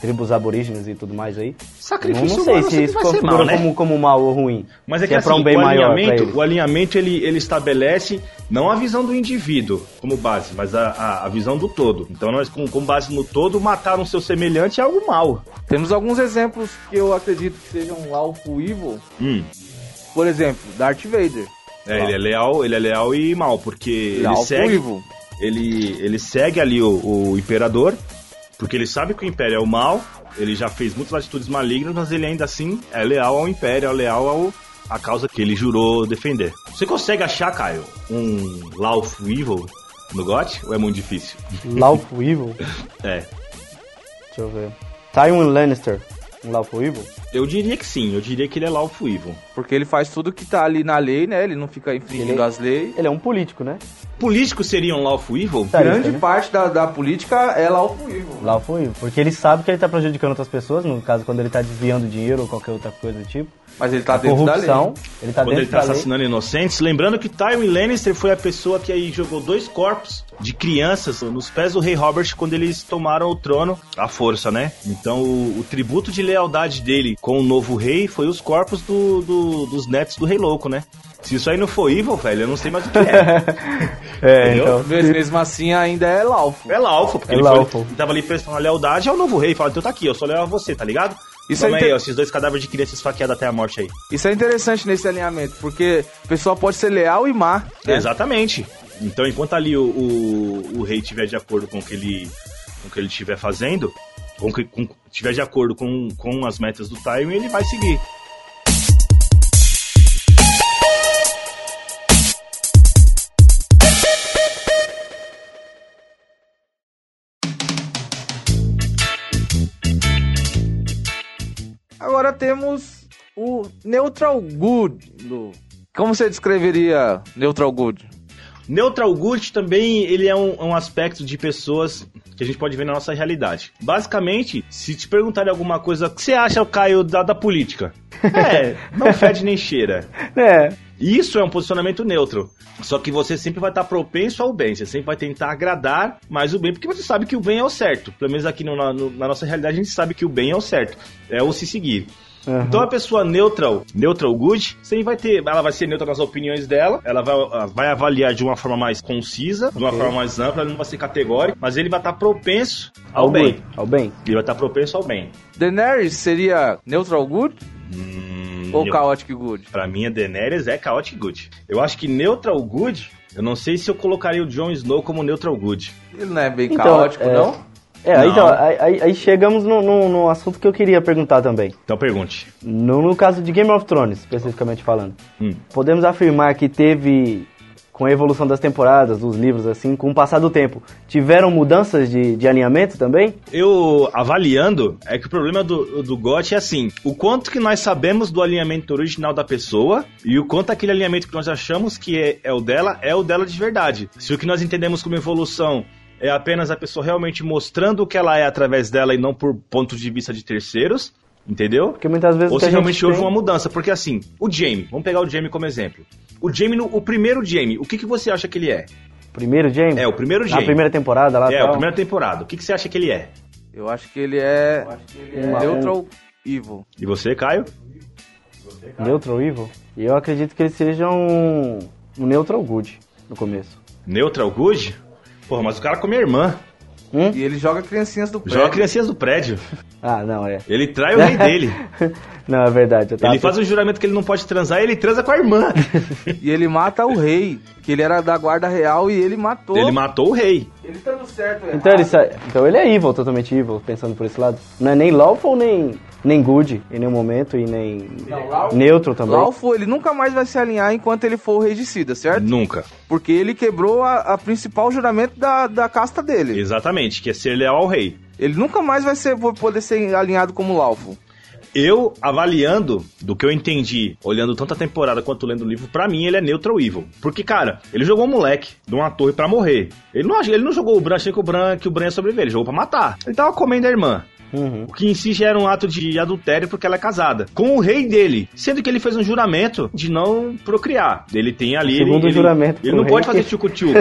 [SPEAKER 2] tribos aborígenes e tudo mais aí.
[SPEAKER 3] Sacrifício
[SPEAKER 2] não sei
[SPEAKER 3] humano
[SPEAKER 2] se
[SPEAKER 3] sempre
[SPEAKER 2] isso
[SPEAKER 3] vai ser
[SPEAKER 2] configura
[SPEAKER 3] mal, né?
[SPEAKER 2] como, como mal ou ruim.
[SPEAKER 3] Mas é
[SPEAKER 2] Se
[SPEAKER 3] que
[SPEAKER 2] pra
[SPEAKER 3] assim,
[SPEAKER 2] um bem
[SPEAKER 3] o
[SPEAKER 2] maior pra
[SPEAKER 3] alinhamento,
[SPEAKER 2] eles.
[SPEAKER 3] o alinhamento ele, ele estabelece não a visão do indivíduo como base, mas a, a, a visão do todo. Então nós, com, com base no todo, matar um seu semelhante é algo mal.
[SPEAKER 7] Temos alguns exemplos que eu acredito que sejam lawful evil.
[SPEAKER 3] Hum.
[SPEAKER 7] Por exemplo, Darth Vader.
[SPEAKER 3] É,
[SPEAKER 2] Tá.
[SPEAKER 3] ele é leal, ele é leal e mal, porque ele
[SPEAKER 7] lawful
[SPEAKER 3] segue,
[SPEAKER 7] evil.
[SPEAKER 3] ele, ele segue ali o, o imperador, porque ele sabe que o império é o mal, ele já fez muitas atitudes malignas, mas ele ainda assim é leal ao império, é leal ao, à causa que ele jurou defender. Você consegue achar, Caio, um Lawful Evil no GOT? Ou é muito difícil?
[SPEAKER 2] Lawful Evil?
[SPEAKER 3] É.
[SPEAKER 2] Deixa eu ver. Tywin Lannister, um Lawful Evil?
[SPEAKER 3] Eu diria que sim, eu diria que ele é Lawful Evil.
[SPEAKER 7] Porque ele faz tudo que tá ali na lei, né? Ele não fica infringindo
[SPEAKER 2] Ele-
[SPEAKER 7] as leis.
[SPEAKER 2] Ele é um político, né?
[SPEAKER 3] Políticos seriam Lawful Evil?
[SPEAKER 2] Tá,
[SPEAKER 7] Grande
[SPEAKER 2] isso, né?
[SPEAKER 7] parte da, da política é lawful evil.
[SPEAKER 2] Lawful Evil. Porque ele sabe que ele tá prejudicando outras pessoas, no caso, quando ele tá desviando dinheiro ou qualquer outra coisa do tipo.
[SPEAKER 7] Mas ele tá
[SPEAKER 2] A
[SPEAKER 7] dentro da
[SPEAKER 2] corrupção,
[SPEAKER 7] lei.
[SPEAKER 2] ele tá
[SPEAKER 3] Quando
[SPEAKER 2] dentro
[SPEAKER 3] ele tá
[SPEAKER 2] da lei.
[SPEAKER 3] assassinando inocentes. Lembrando que Tywin Lannister foi a pessoa que aí jogou dois corpos de crianças nos pés do rei Robert quando eles tomaram o trono à força, né? Então o, o tributo de lealdade dele com o novo rei foi os corpos do- do- dos netos do rei louco, né? Se isso aí não for evil, velho, eu não sei mais o que é.
[SPEAKER 2] É,
[SPEAKER 3] Entendeu?
[SPEAKER 2] então.
[SPEAKER 7] Mas mesmo assim ainda é lawful.
[SPEAKER 3] É Laufo, porque
[SPEAKER 2] É
[SPEAKER 3] ele, foi-
[SPEAKER 2] lawful.
[SPEAKER 3] ele tava ali prestando a lealdade ao novo rei. Fala, então tá aqui, eu sou leal a você, tá ligado? Isso
[SPEAKER 7] Isso
[SPEAKER 3] Toma
[SPEAKER 7] aí
[SPEAKER 3] aí,
[SPEAKER 7] tem-
[SPEAKER 3] ó, esses dois cadáveres de criança esfaqueados até a morte aí.
[SPEAKER 7] Isso é interessante nesse alinhamento, porque a pessoa pode ser leal e má. né?
[SPEAKER 3] É. Exatamente. Então, enquanto ali o, o, o rei tiver de acordo com o que ele com o que ele estiver fazendo, com o que com, tiver de acordo com, com as metas do Tywin, ele vai seguir.
[SPEAKER 7] Agora temos o neutral good. Do... Como você descreveria neutral good?
[SPEAKER 3] Neutral Good também ele é um, um aspecto de pessoas que a gente pode ver na nossa realidade. Basicamente, se te perguntarem alguma coisa, o que você acha, Caio, da, da política? É, não fede nem cheira.
[SPEAKER 2] É,
[SPEAKER 3] Isso é um posicionamento neutro. Só que você sempre vai estar propenso ao bem. Você sempre vai tentar agradar mais o bem, porque você sabe que o bem é o certo. Pelo menos aqui no- na, no- na nossa realidade, a gente sabe que o bem é o certo. É o se seguir. Então a pessoa neutral, neutral good, sempre vai ter, ela vai ser neutra nas opiniões dela, ela vai, ah, vai avaliar de uma forma mais concisa, de uma forma mais ampla, ela não vai ser categórica, mas ele vai estar propenso ao,
[SPEAKER 2] ao
[SPEAKER 3] bem.
[SPEAKER 2] bem. Ao bem.
[SPEAKER 3] Ele vai estar propenso ao bem.
[SPEAKER 7] Daenerys seria neutral good
[SPEAKER 3] Hum,
[SPEAKER 7] ou
[SPEAKER 3] eu-
[SPEAKER 7] chaotic good?
[SPEAKER 3] Pra mim, a Daenerys é Chaotic Good. Eu acho que Neutral Good, eu não sei se eu colocaria o Jon Snow como Neutral Good.
[SPEAKER 7] Ele não é bem
[SPEAKER 2] Então,
[SPEAKER 7] caótico,
[SPEAKER 2] é-
[SPEAKER 7] não?
[SPEAKER 2] É,
[SPEAKER 3] Não.
[SPEAKER 2] então, aí, aí- aí chegamos num no, no assunto que eu queria perguntar também.
[SPEAKER 3] Então pergunte.
[SPEAKER 2] No, no caso de Game of Thrones, especificamente falando.
[SPEAKER 3] Hum.
[SPEAKER 2] Podemos afirmar que teve, com a evolução das temporadas, dos livros, assim, com o passar do tempo, tiveram mudanças de, de alinhamento também?
[SPEAKER 3] Eu, avaliando, é que o problema do, do GOT é assim, o quanto que nós sabemos do alinhamento original da pessoa e o quanto aquele alinhamento que nós achamos que é, é o dela, é o dela de verdade. Se o que nós entendemos como evolução é apenas a pessoa realmente mostrando o que ela é através dela e não por ponto de vista de terceiros, entendeu?
[SPEAKER 2] Porque muitas vezes
[SPEAKER 3] Ou
[SPEAKER 2] o que
[SPEAKER 3] se
[SPEAKER 2] a
[SPEAKER 3] realmente
[SPEAKER 2] gente
[SPEAKER 3] houve
[SPEAKER 2] tem-
[SPEAKER 3] uma mudança. Porque assim, o Jamie, vamos pegar o Jamie como exemplo. O Jamie, no- o primeiro Jamie, o que, que você acha que ele é?
[SPEAKER 2] Primeiro James?
[SPEAKER 3] É, o primeiro
[SPEAKER 2] Na
[SPEAKER 3] Jamie.
[SPEAKER 2] primeira temporada lá
[SPEAKER 3] É,
[SPEAKER 2] tal.
[SPEAKER 3] a primeira temporada. O que, que você acha que ele é?
[SPEAKER 7] Eu acho que ele é,
[SPEAKER 2] Uma-
[SPEAKER 7] neutral evil.
[SPEAKER 3] E você, Caio?
[SPEAKER 2] um Neutral Evil. E eu acredito que ele seja um, um Neutral Good no começo.
[SPEAKER 3] Neutral Good? Porra, mas o cara come a irmã.
[SPEAKER 7] E ele joga criancinhas
[SPEAKER 2] É.
[SPEAKER 7] do pé.
[SPEAKER 3] Joga criancinhas do prédio.
[SPEAKER 2] Ah, não, é.
[SPEAKER 3] Ele trai o rei dele.
[SPEAKER 2] não, é verdade. Eu tava
[SPEAKER 3] Ele faz um juramento que ele não pode transar e ele transa com a irmã.
[SPEAKER 7] E ele mata o rei, que ele era da guarda real e ele matou.
[SPEAKER 3] Ele matou o rei.
[SPEAKER 7] Ele tá no certo, é.
[SPEAKER 2] Então ele, sai- então ele é evil, totalmente evil, pensando por esse lado. Não é nem lawful, nem, nem good em nenhum momento, e nem neutro também.
[SPEAKER 7] Lawful, ele nunca mais vai se alinhar enquanto ele for o regicida, certo?
[SPEAKER 3] Nunca.
[SPEAKER 7] Porque ele quebrou a, a principal juramento da, da casta dele.
[SPEAKER 3] Exatamente, que é ser leal ao rei.
[SPEAKER 7] Ele nunca mais vai ser, vai poder ser alinhado como Lawful.
[SPEAKER 3] Eu, avaliando do que eu entendi, olhando tanto a temporada quanto lendo o livro, pra mim ele é neutral evil. Porque, cara, ele jogou um moleque de uma torre pra morrer. Ele não, ele não jogou o Bran achando que o Bran, que o Bran ia sobreviver, ele jogou pra matar. Ele tava comendo a irmã.
[SPEAKER 2] Uhum.
[SPEAKER 3] O que em si já era um ato de adultério porque ela é casada. Com o rei dele. Sendo que ele fez um juramento de não procriar. Ele tem ali.
[SPEAKER 2] Segundo
[SPEAKER 3] ele,
[SPEAKER 2] juramento
[SPEAKER 3] Ele, ele
[SPEAKER 2] com
[SPEAKER 3] não
[SPEAKER 2] o rei
[SPEAKER 3] pode fazer
[SPEAKER 2] que-
[SPEAKER 3] tchucu-tchucu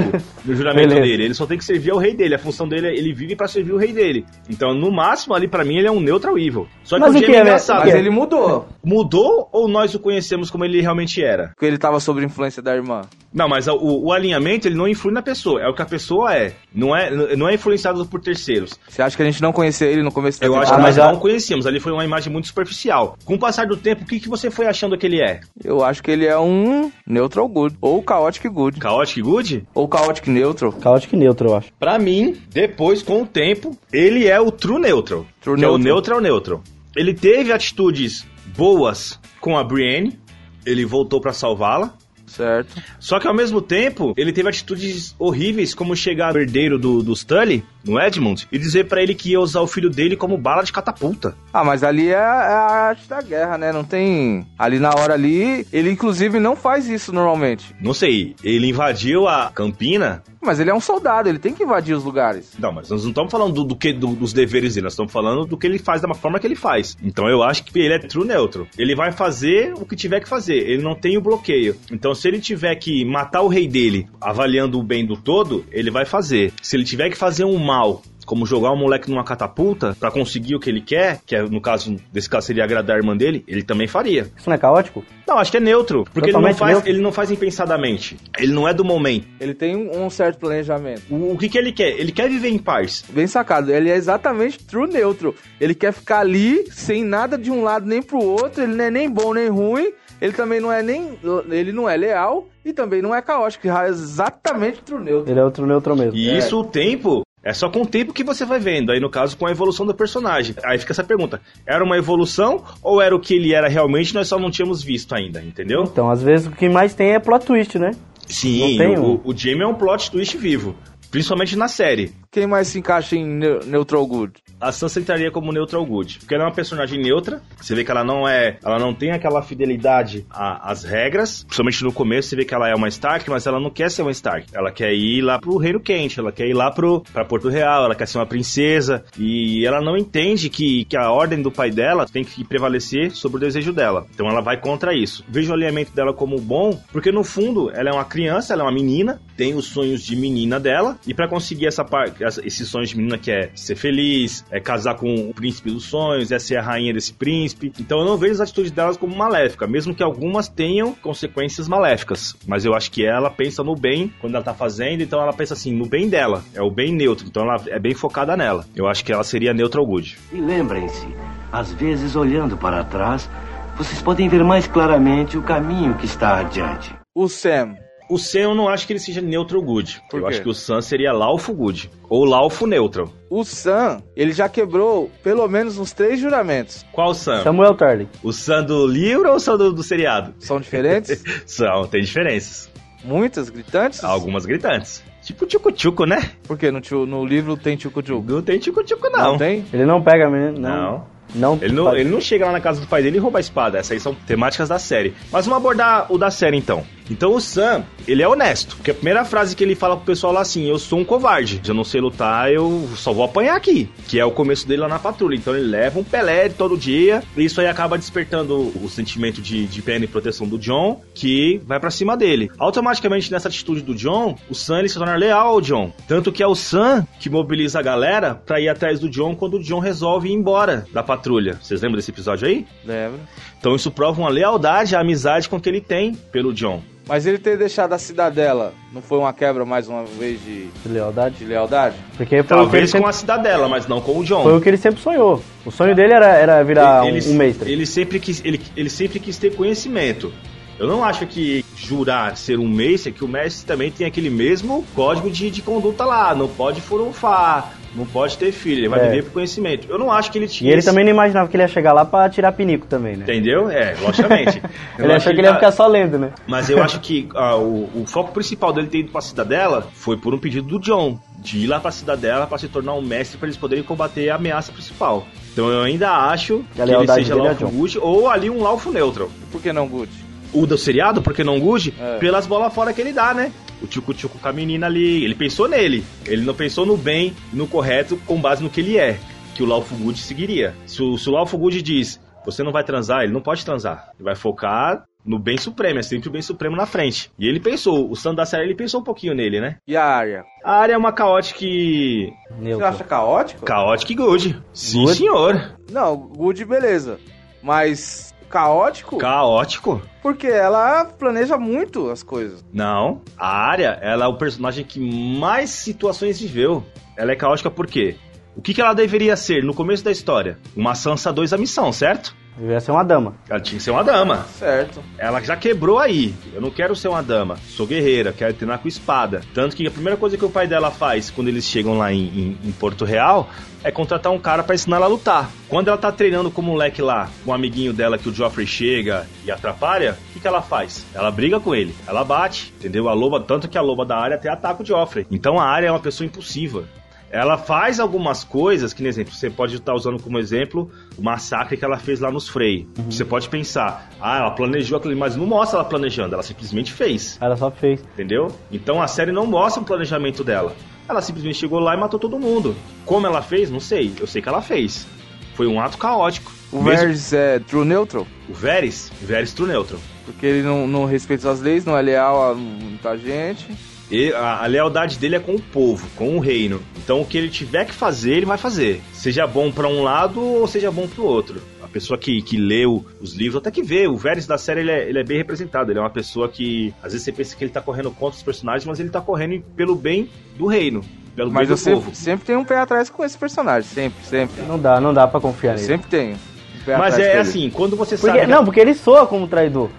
[SPEAKER 3] no juramento
[SPEAKER 2] Beleza.
[SPEAKER 3] dele. Ele só tem que servir ao rei dele. A função dele é ele vive pra servir o rei dele. Então, no máximo, ali pra mim, ele é um neutral evil. Só que
[SPEAKER 2] Mas
[SPEAKER 3] o
[SPEAKER 2] o
[SPEAKER 3] Jamie
[SPEAKER 2] que
[SPEAKER 3] é
[SPEAKER 2] é, né?
[SPEAKER 3] engraçado.
[SPEAKER 7] Mas ele mudou.
[SPEAKER 3] Mudou ou nós o conhecemos como ele realmente era?
[SPEAKER 7] Porque ele tava sob influência da irmã.
[SPEAKER 3] Não, mas o, o alinhamento ele não influi na pessoa, é o que a pessoa é. Não é, não é influenciado por terceiros.
[SPEAKER 7] Você acha que a gente não conhecia ele no começo da
[SPEAKER 3] Eu acho
[SPEAKER 7] temporada?
[SPEAKER 3] que nós
[SPEAKER 2] Ah, mas a-
[SPEAKER 3] não conhecíamos, ali foi uma imagem muito superficial. Com o passar do tempo, o que, que você foi achando que ele é?
[SPEAKER 7] Eu acho que ele é um neutral good. Ou chaotic good.
[SPEAKER 3] Chaotic Good?
[SPEAKER 7] Ou chaotic neutral.
[SPEAKER 2] Caótico e neutro, eu acho.
[SPEAKER 3] Pra mim, depois, com o tempo, ele é o true neutral.
[SPEAKER 7] True
[SPEAKER 3] que é o neutral
[SPEAKER 7] neutral.
[SPEAKER 3] neutral. Ele teve atitudes boas com a Brienne, ele voltou pra salvá-la.
[SPEAKER 7] Certo.
[SPEAKER 3] Só que ao mesmo tempo, ele teve atitudes horríveis, como chegar ao herdeiro do, do Stanley, no Edmund, e dizer pra ele que ia usar o filho dele como bala de catapulta.
[SPEAKER 7] Ah, mas ali é, é a arte da guerra, né? Não tem. Ali na hora ali, ele inclusive não faz isso normalmente.
[SPEAKER 3] Não sei, ele invadiu a Campina.
[SPEAKER 7] Mas ele é um soldado, ele tem que invadir os lugares.
[SPEAKER 3] Não, mas nós não estamos falando do, do que do- dos deveres dele, nós estamos falando do que ele faz, da forma que ele faz. Então eu acho que ele é true neutro. Ele vai fazer o que tiver que fazer, ele não tem o bloqueio. Então se ele tiver que matar o rei dele, avaliando o bem do todo, ele vai fazer. Se ele tiver que fazer um mal como jogar um moleque numa catapulta pra conseguir o que ele quer, que é, no caso desse caso seria agradar a irmã dele, ele também faria.
[SPEAKER 2] Isso não é caótico?
[SPEAKER 3] Não, acho que é neutro, porque ele não,
[SPEAKER 2] Totalmente
[SPEAKER 3] faz,
[SPEAKER 2] neutro.
[SPEAKER 3] ele não faz impensadamente. Ele não é do momento.
[SPEAKER 7] Ele tem um, um certo planejamento.
[SPEAKER 3] O, o que que ele quer? Ele quer viver em paz.
[SPEAKER 7] Bem sacado, ele é exatamente true neutro. Ele quer ficar ali sem nada de um lado nem pro outro, ele não é nem bom nem ruim, ele também não é nem ele não é leal e também não é caótico, é exatamente true neutro.
[SPEAKER 2] Ele é outro neutro mesmo.
[SPEAKER 3] E isso o tempo. É só com o tempo que você vai vendo, aí no caso com a evolução do personagem. Aí fica essa pergunta: era uma evolução ou era o que ele era realmente nós só não tínhamos visto ainda, entendeu?
[SPEAKER 2] Então, às vezes o que mais tem é plot twist, né?
[SPEAKER 3] Sim,
[SPEAKER 2] Não tem
[SPEAKER 3] o, o Jamie é um plot twist vivo, principalmente na série.
[SPEAKER 7] Quem mais se encaixa em neu- neutral good?
[SPEAKER 3] A Sansa entraria como neutral good, porque ela é uma personagem neutra. Você vê que ela não é, ela não tem aquela fidelidade a- às regras, principalmente no começo você vê que ela é uma Stark, mas ela não quer ser uma Stark. Ela quer ir lá pro Reino Quente, ela quer ir lá pro para Porto Real, ela quer ser uma princesa e ela não entende que, que a ordem do pai dela tem que prevalecer sobre o desejo dela. Então ela vai contra isso. Vejo o alinhamento dela como bom, porque no fundo ela é uma criança, ela é uma menina, tem os sonhos de menina dela, e pra conseguir essa parte, esses sonhos de menina que é ser feliz, é casar com o príncipe dos sonhos, é ser a rainha desse príncipe. Então eu não vejo as atitudes delas como maléfica, mesmo que algumas tenham consequências maléficas. Mas eu acho que ela pensa no bem quando ela tá fazendo, então ela pensa assim, no bem dela, é o bem neutro, então ela é bem focada nela. Eu acho que ela seria neutral good.
[SPEAKER 10] E lembrem-se, às vezes olhando para trás, vocês podem ver mais claramente o caminho que está adiante.
[SPEAKER 7] O Sam.
[SPEAKER 3] O Sam eu não acho que ele seja neutral good.
[SPEAKER 7] Por
[SPEAKER 3] eu
[SPEAKER 7] quê?
[SPEAKER 3] acho que o Sam seria lawful good ou lawful neutral.
[SPEAKER 7] O Sam, ele já quebrou pelo menos uns três juramentos.
[SPEAKER 3] Qual Sam?
[SPEAKER 2] Samuel Tarly.
[SPEAKER 3] O Sam do livro ou o Sam do, do seriado?
[SPEAKER 7] São diferentes?
[SPEAKER 3] São, tem diferenças.
[SPEAKER 7] Muitas? Gritantes?
[SPEAKER 3] Algumas gritantes. Tipo tchucu-tchucu, né?
[SPEAKER 7] Porque no, tio- no livro tem tchucu-tchucu.
[SPEAKER 3] Não tem tchucu-tchucu, não.
[SPEAKER 7] Não tem?
[SPEAKER 2] Ele não pega a menina. Não.
[SPEAKER 3] Não.
[SPEAKER 2] Não.
[SPEAKER 3] Ele não, ele não chega lá na casa do pai dele e rouba a espada. Essas aí são temáticas da série. Mas vamos abordar o da série então. Então o Sam, ele é honesto. Porque a primeira frase que ele fala pro pessoal lá assim: Eu sou um covarde. Se eu não sei lutar, eu só vou apanhar aqui. Que é o começo dele lá na patrulha. Então ele leva um pelé todo dia. E isso aí acaba despertando o sentimento de, de pena e proteção do John, que vai pra cima dele. Automaticamente nessa atitude do John, o Sam ele se torna leal ao John. Tanto que é o Sam que mobiliza a galera pra ir atrás do John quando o John resolve ir embora da patrulha. Vocês lembram desse episódio aí?
[SPEAKER 7] Lembra?
[SPEAKER 3] Então isso prova uma lealdade, a amizade com que ele tem pelo John.
[SPEAKER 7] Mas ele ter deixado a cidadela não foi uma quebra mais uma vez de,
[SPEAKER 2] De lealdade.
[SPEAKER 7] de lealdade?
[SPEAKER 2] Porque foi o, que ele
[SPEAKER 3] Talvez com
[SPEAKER 2] Então, sempre,
[SPEAKER 3] a cidadela, mas não com o John.
[SPEAKER 2] foi o que ele sempre sonhou. O sonho dele era, era virar
[SPEAKER 3] ele,
[SPEAKER 2] um, um mestre.
[SPEAKER 3] ele sempre quis, ele, ele sempre quis ter conhecimento. Eu não acho que jurar ser um mestre, que o mestre também tem aquele mesmo código de, de conduta lá. Não pode furunfar, não pode ter filho, ele vai
[SPEAKER 2] É.
[SPEAKER 3] viver por conhecimento. Eu não acho que ele
[SPEAKER 2] E
[SPEAKER 3] tinha.
[SPEAKER 2] ele
[SPEAKER 3] esse-
[SPEAKER 2] também não imaginava que ele ia chegar lá pra tirar pinico também, né?
[SPEAKER 3] Entendeu? É, logicamente. Eu
[SPEAKER 2] Ele
[SPEAKER 3] acho
[SPEAKER 2] achou que ele ia
[SPEAKER 3] tá-
[SPEAKER 2] ficar só lendo, né?
[SPEAKER 3] Mas eu acho que ah, o, o foco principal dele ter ido pra Cidadela foi por um pedido do John, de ir lá pra Cidadela pra se tornar um mestre pra eles poderem combater a ameaça principal. Então eu ainda acho que ele
[SPEAKER 2] lealdade
[SPEAKER 3] seja
[SPEAKER 2] dele é
[SPEAKER 3] Laufo
[SPEAKER 2] John.
[SPEAKER 3] Good ou ali um Laufo Neutral.
[SPEAKER 7] Por que não, Gucci?
[SPEAKER 3] O do seriado, porque não Guji,
[SPEAKER 7] É.
[SPEAKER 3] pelas bolas fora que ele dá, né? O Tchucu Tchucu com a menina ali, ele pensou nele. Ele não pensou no bem, no correto, com base no que ele é. que o Lawful Good seguiria. Se o, se o Lawful Good diz, você não vai transar, ele não pode transar. Ele vai focar no bem supremo, é sempre o bem supremo na frente. E ele pensou, o Sandassara, ele pensou um pouquinho nele, né?
[SPEAKER 7] E a área?
[SPEAKER 3] A área é uma caótica e...
[SPEAKER 7] Você acha caótico?
[SPEAKER 3] Caótica e good. Sim,
[SPEAKER 7] Good?
[SPEAKER 3] senhor.
[SPEAKER 7] Não, good, beleza. Mas caótico?
[SPEAKER 3] Caótico?
[SPEAKER 7] Porque ela planeja muito as coisas.
[SPEAKER 3] Não. A área, ela é o personagem que mais situações viveu. Ela é caótica por quê? O que, que ela deveria ser no começo da história? Uma Sansa 2 a missão, certo?
[SPEAKER 2] Devia ser uma dama.
[SPEAKER 3] Ela tinha que ser uma dama.
[SPEAKER 7] Certo.
[SPEAKER 3] Ela já quebrou aí. Eu não quero ser uma dama. Sou guerreira, quero treinar com espada. Tanto que a primeira coisa que o pai dela faz quando eles chegam lá em, em- em Porto Real é contratar um cara pra ensinar ela a lutar. Quando ela tá treinando com o moleque lá, com um amiguinho dela que o Joffrey chega e atrapalha, o que, que ela faz? Ela briga com ele, ela bate, entendeu? A loba, tanto que a loba da área até ataca o Joffrey. Então a área é uma pessoa impulsiva ela faz algumas coisas que, por exemplo, você pode estar usando como exemplo o massacre que ela fez lá nos Frey. Você pode pensar, ah, ela planejou aquilo, mas não mostra ela planejando, ela simplesmente fez,
[SPEAKER 2] Ela só fez.
[SPEAKER 3] entendeu? Então a série não mostra o planejamento dela. Ela simplesmente chegou lá e matou todo mundo. Como ela fez, não sei. Eu sei que ela fez. Foi um ato caótico.
[SPEAKER 7] O
[SPEAKER 3] Mesmo-
[SPEAKER 7] Varys é true neutral?
[SPEAKER 3] O Veres, Veres True Neutral.
[SPEAKER 7] Porque ele não, não respeita as leis, não é leal a muita gente.
[SPEAKER 3] E a, a lealdade dele é com o povo, com o reino. Então o que ele tiver que fazer, ele vai fazer. Seja bom pra um lado ou seja bom pro outro. A pessoa que, que leu os livros, até que vê, o Varys da série ele é, ele é bem representado. Ele é uma pessoa que às vezes você pensa que ele tá correndo contra os personagens, mas ele tá correndo pelo bem do reino, pelo
[SPEAKER 7] Mas
[SPEAKER 3] bem
[SPEAKER 7] eu
[SPEAKER 3] do povo.
[SPEAKER 7] sempre, sempre tenho um pé atrás com esse personagem. Sempre, sempre.
[SPEAKER 2] Não dá, não dá pra confiar
[SPEAKER 7] Eu
[SPEAKER 2] nele.
[SPEAKER 7] sempre tenho. um pé
[SPEAKER 3] Mas
[SPEAKER 7] atrás
[SPEAKER 3] é
[SPEAKER 7] com ele.
[SPEAKER 3] assim, quando você
[SPEAKER 2] Porque-
[SPEAKER 3] sabe.
[SPEAKER 2] não, porque ele soa como traidor.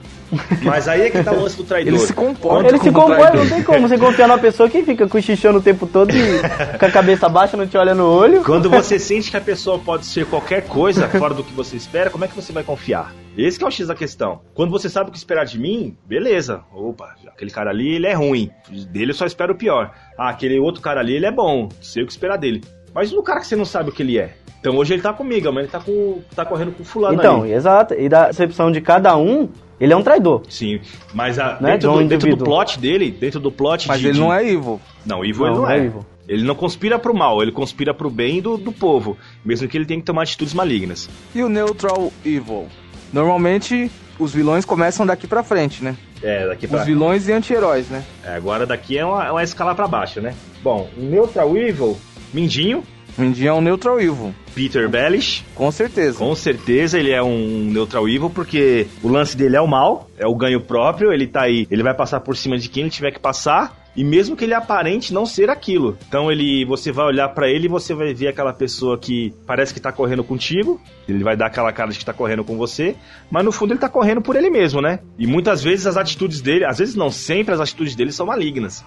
[SPEAKER 3] Mas aí é que tá o lance do traidor.
[SPEAKER 7] Ele se comporta
[SPEAKER 2] ele se
[SPEAKER 7] como
[SPEAKER 2] compõe,
[SPEAKER 7] traidor.
[SPEAKER 2] não tem como. Você confiar numa pessoa que fica cochichando o tempo todo e com a cabeça baixa, não te olha no olho.
[SPEAKER 3] Quando você sente que a pessoa pode ser qualquer coisa fora do que você espera, como é que você vai confiar? Esse que é o X da questão. Quando você sabe o que esperar de mim, beleza. Opa, aquele cara ali, ele é ruim. Dele eu só espero o pior. Ah, aquele outro cara ali, ele é bom. Sei o que esperar dele. Mas no cara que você não sabe o que ele é. Então hoje ele tá comigo, mas ele tá, com, tá correndo com fulano
[SPEAKER 2] Então,
[SPEAKER 3] aí.
[SPEAKER 2] exato. E da percepção de cada um, ele é um traidor.
[SPEAKER 3] Sim, mas a-
[SPEAKER 2] Não é
[SPEAKER 3] dentro,
[SPEAKER 2] de um
[SPEAKER 3] do, dentro do
[SPEAKER 2] indivíduo.
[SPEAKER 3] plot dele, dentro do plot
[SPEAKER 7] Mas
[SPEAKER 3] de-
[SPEAKER 7] ele
[SPEAKER 3] de-
[SPEAKER 7] não é evil.
[SPEAKER 3] Não, Ivo ele
[SPEAKER 2] Não,
[SPEAKER 3] não
[SPEAKER 2] não é
[SPEAKER 3] é.
[SPEAKER 2] evil.
[SPEAKER 3] Ele não conspira pro mal, ele conspira pro bem do, do povo. Mesmo que ele tenha que tomar atitudes malignas.
[SPEAKER 7] E o neutral evil? Normalmente, os vilões começam daqui pra frente, né?
[SPEAKER 3] É, daqui pra...
[SPEAKER 7] Os vilões e anti-heróis, né?
[SPEAKER 3] é, agora daqui é uma, é uma escala pra baixo, né? Bom, o Neutral Evil, Mindinho,
[SPEAKER 7] O Mindinho é um neutral evil,
[SPEAKER 3] Peter Bellish,
[SPEAKER 7] com certeza.
[SPEAKER 3] com certeza ele é um Neutral Evil, porque o lance dele é o mal, é o ganho próprio, ele tá aí, ele vai passar por cima de quem ele tiver que passar, e mesmo que ele aparente não ser aquilo. Então ele, você vai olhar pra ele e você vai ver aquela pessoa que parece que tá correndo contigo, ele vai dar aquela cara de que tá correndo com você, mas no fundo ele tá correndo por ele mesmo, né? E muitas vezes as atitudes dele, às vezes não, sempre as atitudes dele são malignas.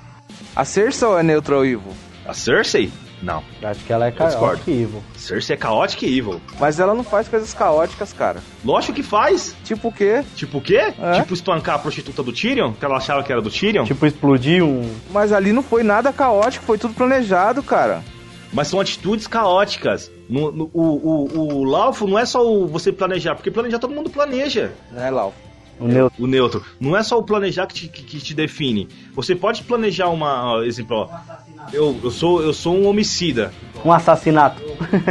[SPEAKER 7] A Cersei é neutral evil,
[SPEAKER 3] A Cersei? Não.
[SPEAKER 2] Acho que ela é
[SPEAKER 3] discordo.
[SPEAKER 2] caótica e evil.
[SPEAKER 3] Cersei é caótica e evil.
[SPEAKER 7] mas ela não faz coisas caóticas, cara.
[SPEAKER 3] Lógico que faz.
[SPEAKER 7] Tipo o quê?
[SPEAKER 3] Tipo o quê? Tipo espancar a prostituta do Tyrion, que ela achava que era do Tyrion.
[SPEAKER 2] Tipo, explodir um...
[SPEAKER 7] Mas ali não foi nada caótico, foi tudo planejado, cara.
[SPEAKER 3] Mas são atitudes caóticas. No, no- o, o, o Laufo não é só o você planejar, porque planejar todo mundo planeja.
[SPEAKER 7] Né, Lau?
[SPEAKER 2] um neutro.
[SPEAKER 3] O neutro. Não é só o planejar que te, que, que te define. Você pode planejar uma. ó, Exemplo, ó. Eu, eu, sou, eu sou um homicida.
[SPEAKER 2] Um assassinato.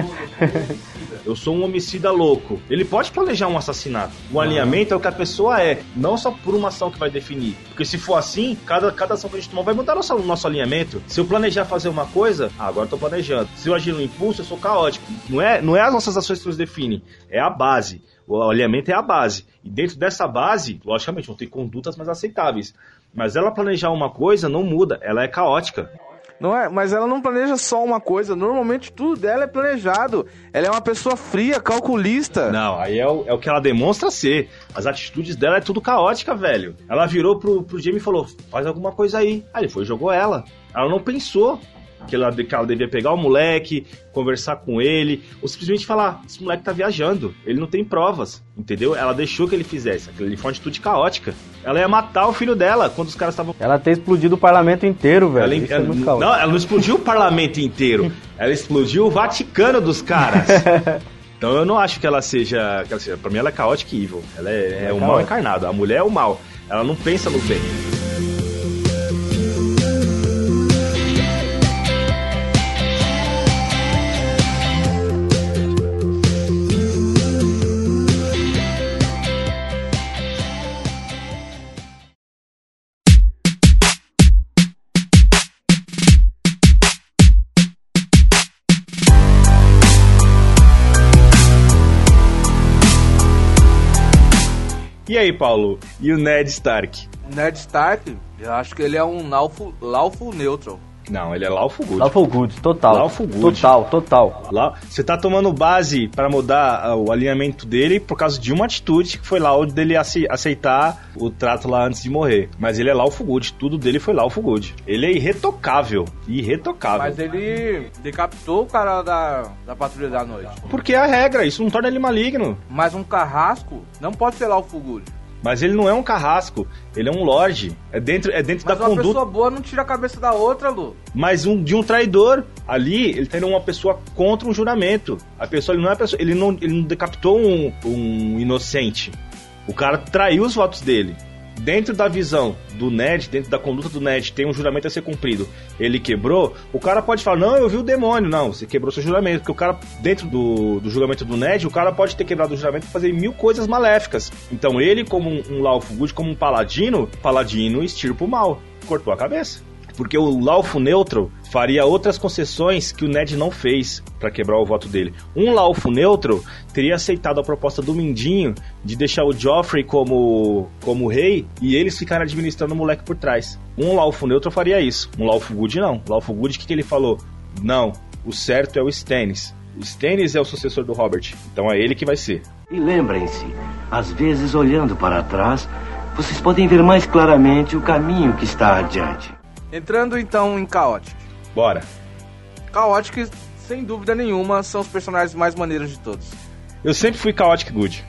[SPEAKER 3] Eu sou um homicida louco. Ele pode planejar um assassinato. O alinhamento é o que a pessoa é, não só por uma ação que vai definir. Porque se for assim, cada, cada ação que a gente tomar vai mudar nosso, nosso alinhamento. Se eu planejar fazer uma coisa, ah, agora eu tô planejando. Se eu agir no impulso, eu sou caótico. Não é, não é as nossas ações que nos definem, é a base. O alinhamento é a base. E dentro dessa base, logicamente, vão ter condutas mais aceitáveis. Mas ela planejar uma coisa não muda, ela é caótica.
[SPEAKER 7] Não é, mas ela não planeja só uma coisa, normalmente tudo dela é planejado. Ela é uma pessoa fria, calculista.
[SPEAKER 3] Não, aí é o, é o que ela demonstra ser. As atitudes dela é tudo caótica, velho. Ela virou pro, pro Jamie e falou: faz alguma coisa aí. Aí ele foi e jogou ela. Ela não pensou que ela, que ela devia pegar o moleque, conversar com ele, ou simplesmente falar: esse moleque tá viajando, ele não tem provas, entendeu? Ela deixou que ele fizesse. Aquilo ali foi uma atitude caótica. Ela ia matar o filho dela quando os caras estavam.
[SPEAKER 2] Ela ter explodido o parlamento inteiro, velho.
[SPEAKER 3] Ela,
[SPEAKER 2] Isso é
[SPEAKER 3] ela-
[SPEAKER 2] muito
[SPEAKER 3] não,
[SPEAKER 2] caótico.
[SPEAKER 3] ela não explodiu o parlamento inteiro. Ela explodiu o Vaticano dos caras. Então eu não acho que ela seja. Que ela seja pra mim ela é caótica e evil. Ela é, é o mal
[SPEAKER 2] caótica.
[SPEAKER 3] encarnado. A mulher é o mal. Ela não pensa no bem. E aí, Paulo? E o Ned Stark?
[SPEAKER 7] Ned Stark, eu acho que ele é um lawful, lawful neutral.
[SPEAKER 3] Não, ele é Lawful Good.
[SPEAKER 2] Lawful Good, total.
[SPEAKER 3] Lawful Good.
[SPEAKER 2] Total, total.
[SPEAKER 3] Lá, você tá tomando base pra mudar ah, o alinhamento dele por causa de uma atitude que foi lá o dele ace- aceitar o trato lá antes de morrer. Mas ele é Lawful Good, tudo dele foi Lawful Good. Ele é irretocável, irretocável.
[SPEAKER 7] Mas ele decapitou o cara da, da patrulha da noite.
[SPEAKER 3] Porque é a regra, isso não torna ele maligno.
[SPEAKER 7] Mas um carrasco não pode ser Lawful Good.
[SPEAKER 3] Mas ele não é um carrasco, ele é um lorde. É dentro, é dentro
[SPEAKER 7] Mas
[SPEAKER 3] da
[SPEAKER 7] uma
[SPEAKER 3] conduta.
[SPEAKER 7] pessoa boa não tira a cabeça da outra, Lu.
[SPEAKER 3] mas um de um traidor. Ali ele tem uma pessoa contra um juramento. A pessoa ele não é a pessoa, ele não, ele não decapitou um, um inocente. O cara traiu os votos dele. Dentro da visão do Ned, dentro da conduta do Ned, tem um juramento a ser cumprido. Ele quebrou, o cara pode falar: Não, eu vi o demônio. Não, você quebrou seu juramento. Porque o cara, dentro do, do julgamento do Ned, o cara pode ter quebrado o juramento e fazer mil coisas maléficas. Então ele, como um, um Lawful Good, como um paladino, paladino estirpa o mal. Cortou a cabeça. Porque o Laufo Neutro faria outras concessões que o Ned não fez para quebrar o voto dele. Um Laufo Neutro teria aceitado a proposta do Mindinho de deixar o Joffrey como, como rei e eles ficarem administrando o moleque por trás. Um Laufo Neutro faria isso. Um Laufo Good não. Laufo Good, o que, que ele falou? Não, o certo é o Stannis. O Stannis é o sucessor do Robert. Então é ele que vai ser.
[SPEAKER 10] E lembrem-se, às vezes olhando para trás, vocês podem ver mais claramente o caminho que está adiante.
[SPEAKER 7] Entrando então em Chaotic.
[SPEAKER 3] Bora.
[SPEAKER 7] Chaotic, sem dúvida nenhuma, são os personagens mais maneiros de todos.
[SPEAKER 3] Eu sempre fui Chaotic Good.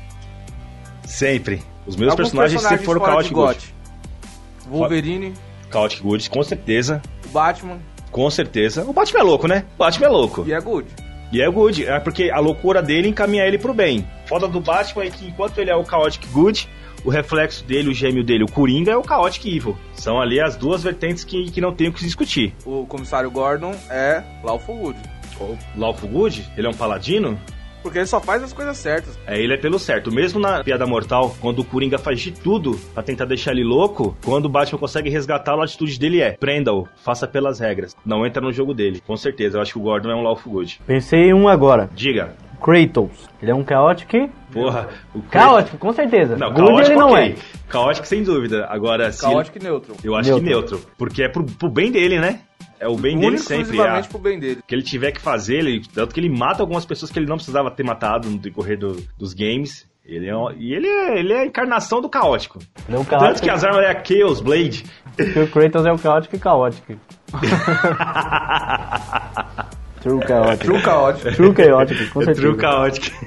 [SPEAKER 3] Sempre. Os meus
[SPEAKER 7] Alguns
[SPEAKER 3] personagens, sempre foram
[SPEAKER 7] fora de
[SPEAKER 3] Chaotic Good.
[SPEAKER 7] GOT. Wolverine,
[SPEAKER 3] Chaotic Good, com certeza.
[SPEAKER 7] o Batman
[SPEAKER 3] Com certeza. O Batman é louco, né? O Batman é louco.
[SPEAKER 7] e é Good.
[SPEAKER 3] E é good. É porque a loucura dele encaminha ele pro bem. Foda do Batman é que enquanto ele é o Chaotic Good, o reflexo dele, o gêmeo dele, o Coringa, é o Chaotic Evil. São ali as duas vertentes que, que não tem o que se discutir.
[SPEAKER 7] O comissário Gordon é Lawful Good.
[SPEAKER 3] O Lawful Good, ele é um paladino?
[SPEAKER 7] Porque ele só faz as coisas certas.
[SPEAKER 3] É, ele é pelo certo. Mesmo na Piada Mortal, quando o Coringa faz de tudo pra tentar deixar ele louco, quando o Batman consegue resgatá-lo, a atitude dele é: prenda-o, faça pelas regras. Não entra no jogo dele. Com certeza, eu acho que o Gordon é um Lawful Good.
[SPEAKER 2] Pensei em um agora.
[SPEAKER 3] Diga.
[SPEAKER 2] Kratos. Ele é um Chaotic.
[SPEAKER 3] Porra, o
[SPEAKER 2] Chaotic, com certeza.
[SPEAKER 3] Não,
[SPEAKER 2] Good
[SPEAKER 3] caótico,
[SPEAKER 2] ele não
[SPEAKER 3] ok.
[SPEAKER 2] é.
[SPEAKER 3] Caótico, sem dúvida. Agora, se
[SPEAKER 7] Chaotic neutro.
[SPEAKER 3] eu acho que
[SPEAKER 2] Neutro.
[SPEAKER 3] neutro. Porque é pro, pro bem dele, né? É o bem dele
[SPEAKER 7] Único
[SPEAKER 3] sempre.
[SPEAKER 7] exclusivamente
[SPEAKER 3] ah.
[SPEAKER 7] pro bem dele.
[SPEAKER 3] O que ele tiver que fazer, ele, tanto que ele mata algumas pessoas que ele não precisava ter matado no decorrer do- dos games. Ele é, um- e ele é, ele é a encarnação do caótico.
[SPEAKER 2] Ele é um
[SPEAKER 3] Tanto que
[SPEAKER 2] Chaotic.
[SPEAKER 3] as armas é a Chaos Blade.
[SPEAKER 2] Porque o Kratos é um Chaotic Chaotic. True Chaotic.
[SPEAKER 7] True Chaotic.
[SPEAKER 2] True Chaotic, com
[SPEAKER 3] É
[SPEAKER 2] certeza.
[SPEAKER 3] true caótico.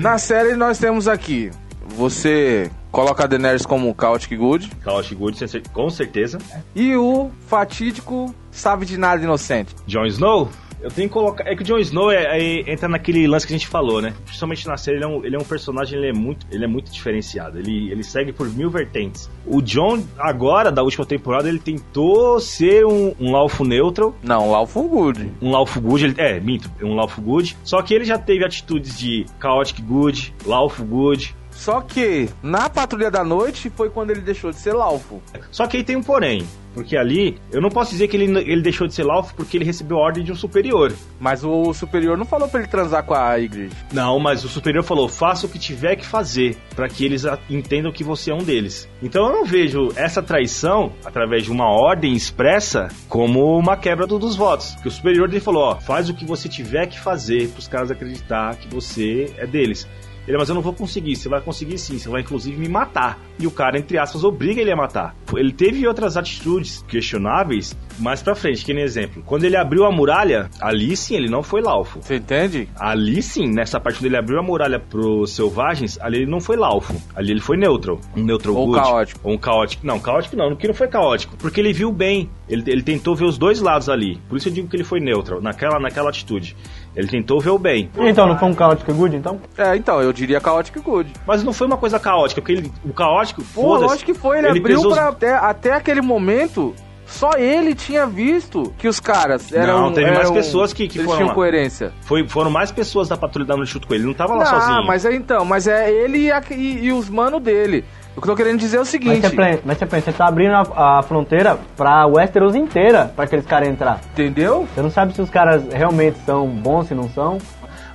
[SPEAKER 7] Na série nós temos aqui. Você coloca a Daenerys como Chaotic Good.
[SPEAKER 3] Chaotic Good, sem cer- com certeza.
[SPEAKER 7] E o fatídico sabe de nada inocente.
[SPEAKER 3] Jon Snow? Eu tenho que colocar. É que o Jon Snow é, é- entra naquele lance que a gente falou, né? Principalmente na série, ele é um, ele é um personagem, ele é muito, ele é muito diferenciado. Ele, ele segue por mil vertentes. O Jon, agora, da última temporada, ele tentou ser um, um Laufo neutral,
[SPEAKER 7] Não, Lawful Good.
[SPEAKER 3] um Laufo good. Ele, é, minto, um Laufo good. Só que ele já teve atitudes de Chaotic good, Laufo good.
[SPEAKER 7] Só que na Patrulha da Noite foi quando ele deixou de ser Lawful.
[SPEAKER 3] Só que aí tem um porém. Porque ali, eu não posso dizer que ele, ele deixou de ser Laufo porque ele recebeu a ordem de um superior.
[SPEAKER 7] Mas o superior não falou pra ele transar com a igreja.
[SPEAKER 3] Não, mas o superior falou: faça o que tiver que fazer pra que eles a- entendam que você é um deles. Então eu não vejo essa traição através de uma ordem expressa como uma quebra do- dos votos. Porque o superior dele falou: ó, faz o que você tiver que fazer pros caras acreditar que você é deles. Ele, mas eu não vou conseguir. Você vai conseguir sim, você vai inclusive me matar. E o cara, entre aspas, obriga ele a matar. Ele teve outras atitudes questionáveis mais pra frente, que nem exemplo. Quando ele abriu a muralha, ali sim ele não foi laufo.
[SPEAKER 7] Você entende?
[SPEAKER 3] Ali sim, nessa parte onde ele abriu a muralha pros selvagens, ali ele não foi Laufo. Ali ele foi neutral. Um neutral
[SPEAKER 7] Ou
[SPEAKER 3] good.
[SPEAKER 7] caótico.
[SPEAKER 3] Ou um caótico. Não, caótico não, que não foi caótico. Porque ele viu bem. Ele, ele tentou ver os dois lados ali. Por isso eu digo que ele foi neutral, naquela, naquela atitude. Ele tentou ver o bem.
[SPEAKER 2] Então, não foi um Chaotic Good, então?
[SPEAKER 7] É, então, eu diria Chaotic Good.
[SPEAKER 3] Mas não foi uma coisa caótica, porque ele, o caótico,
[SPEAKER 7] Pô,
[SPEAKER 3] foda-se.
[SPEAKER 7] lógico que foi, ele, abriu
[SPEAKER 3] pesou os-
[SPEAKER 7] pra até, até aquele momento. Só ele tinha visto que os caras eram.
[SPEAKER 3] Não, teve
[SPEAKER 7] eram-
[SPEAKER 3] mais pessoas que- que
[SPEAKER 7] eles
[SPEAKER 3] foram
[SPEAKER 7] tinham
[SPEAKER 3] lá.
[SPEAKER 7] coerência.
[SPEAKER 3] Foi, foram mais pessoas da patrulha da noite junto com ele. Ele não tava lá
[SPEAKER 7] Ah,
[SPEAKER 3] sozinho.
[SPEAKER 7] mas é então, mas é ele e, a- e- e os mano dele. O que eu tô querendo dizer é o
[SPEAKER 2] Mas
[SPEAKER 7] seguinte,
[SPEAKER 2] você, pre- mas você pensa, você tá abrindo a, a fronteira pra Westeros inteira pra aqueles caras entrar.
[SPEAKER 7] entendeu?
[SPEAKER 2] Você não sabe se os caras realmente são bons, se não são.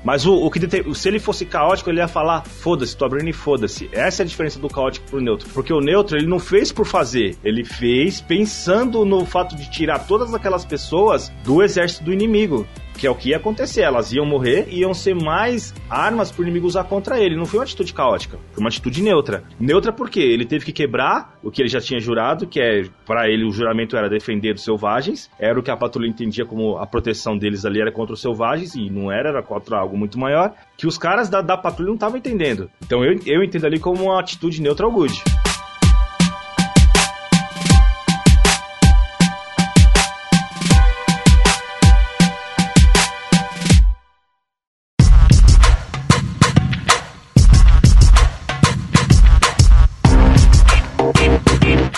[SPEAKER 3] Mas o, o que dete- se ele fosse caótico, ele ia falar: foda-se, tô abrindo e foda-se. Essa é a diferença do caótico pro neutro. Porque o neutro, ele não fez por fazer, ele fez pensando no fato de tirar todas aquelas pessoas do exército do inimigo. Que é o que ia acontecer, elas iam morrer e iam ser mais armas pro inimigo usar contra ele. Não foi uma atitude caótica, foi uma atitude neutra. Neutra porque ele teve que quebrar o que ele já tinha jurado, que é, para ele, o juramento era defender os selvagens, era o que a patrulha entendia como a proteção deles ali era contra os selvagens, e não era, era contra algo muito maior, que os caras da, da patrulha não estavam entendendo. Então eu, eu entendo ali como uma atitude neutra ao good.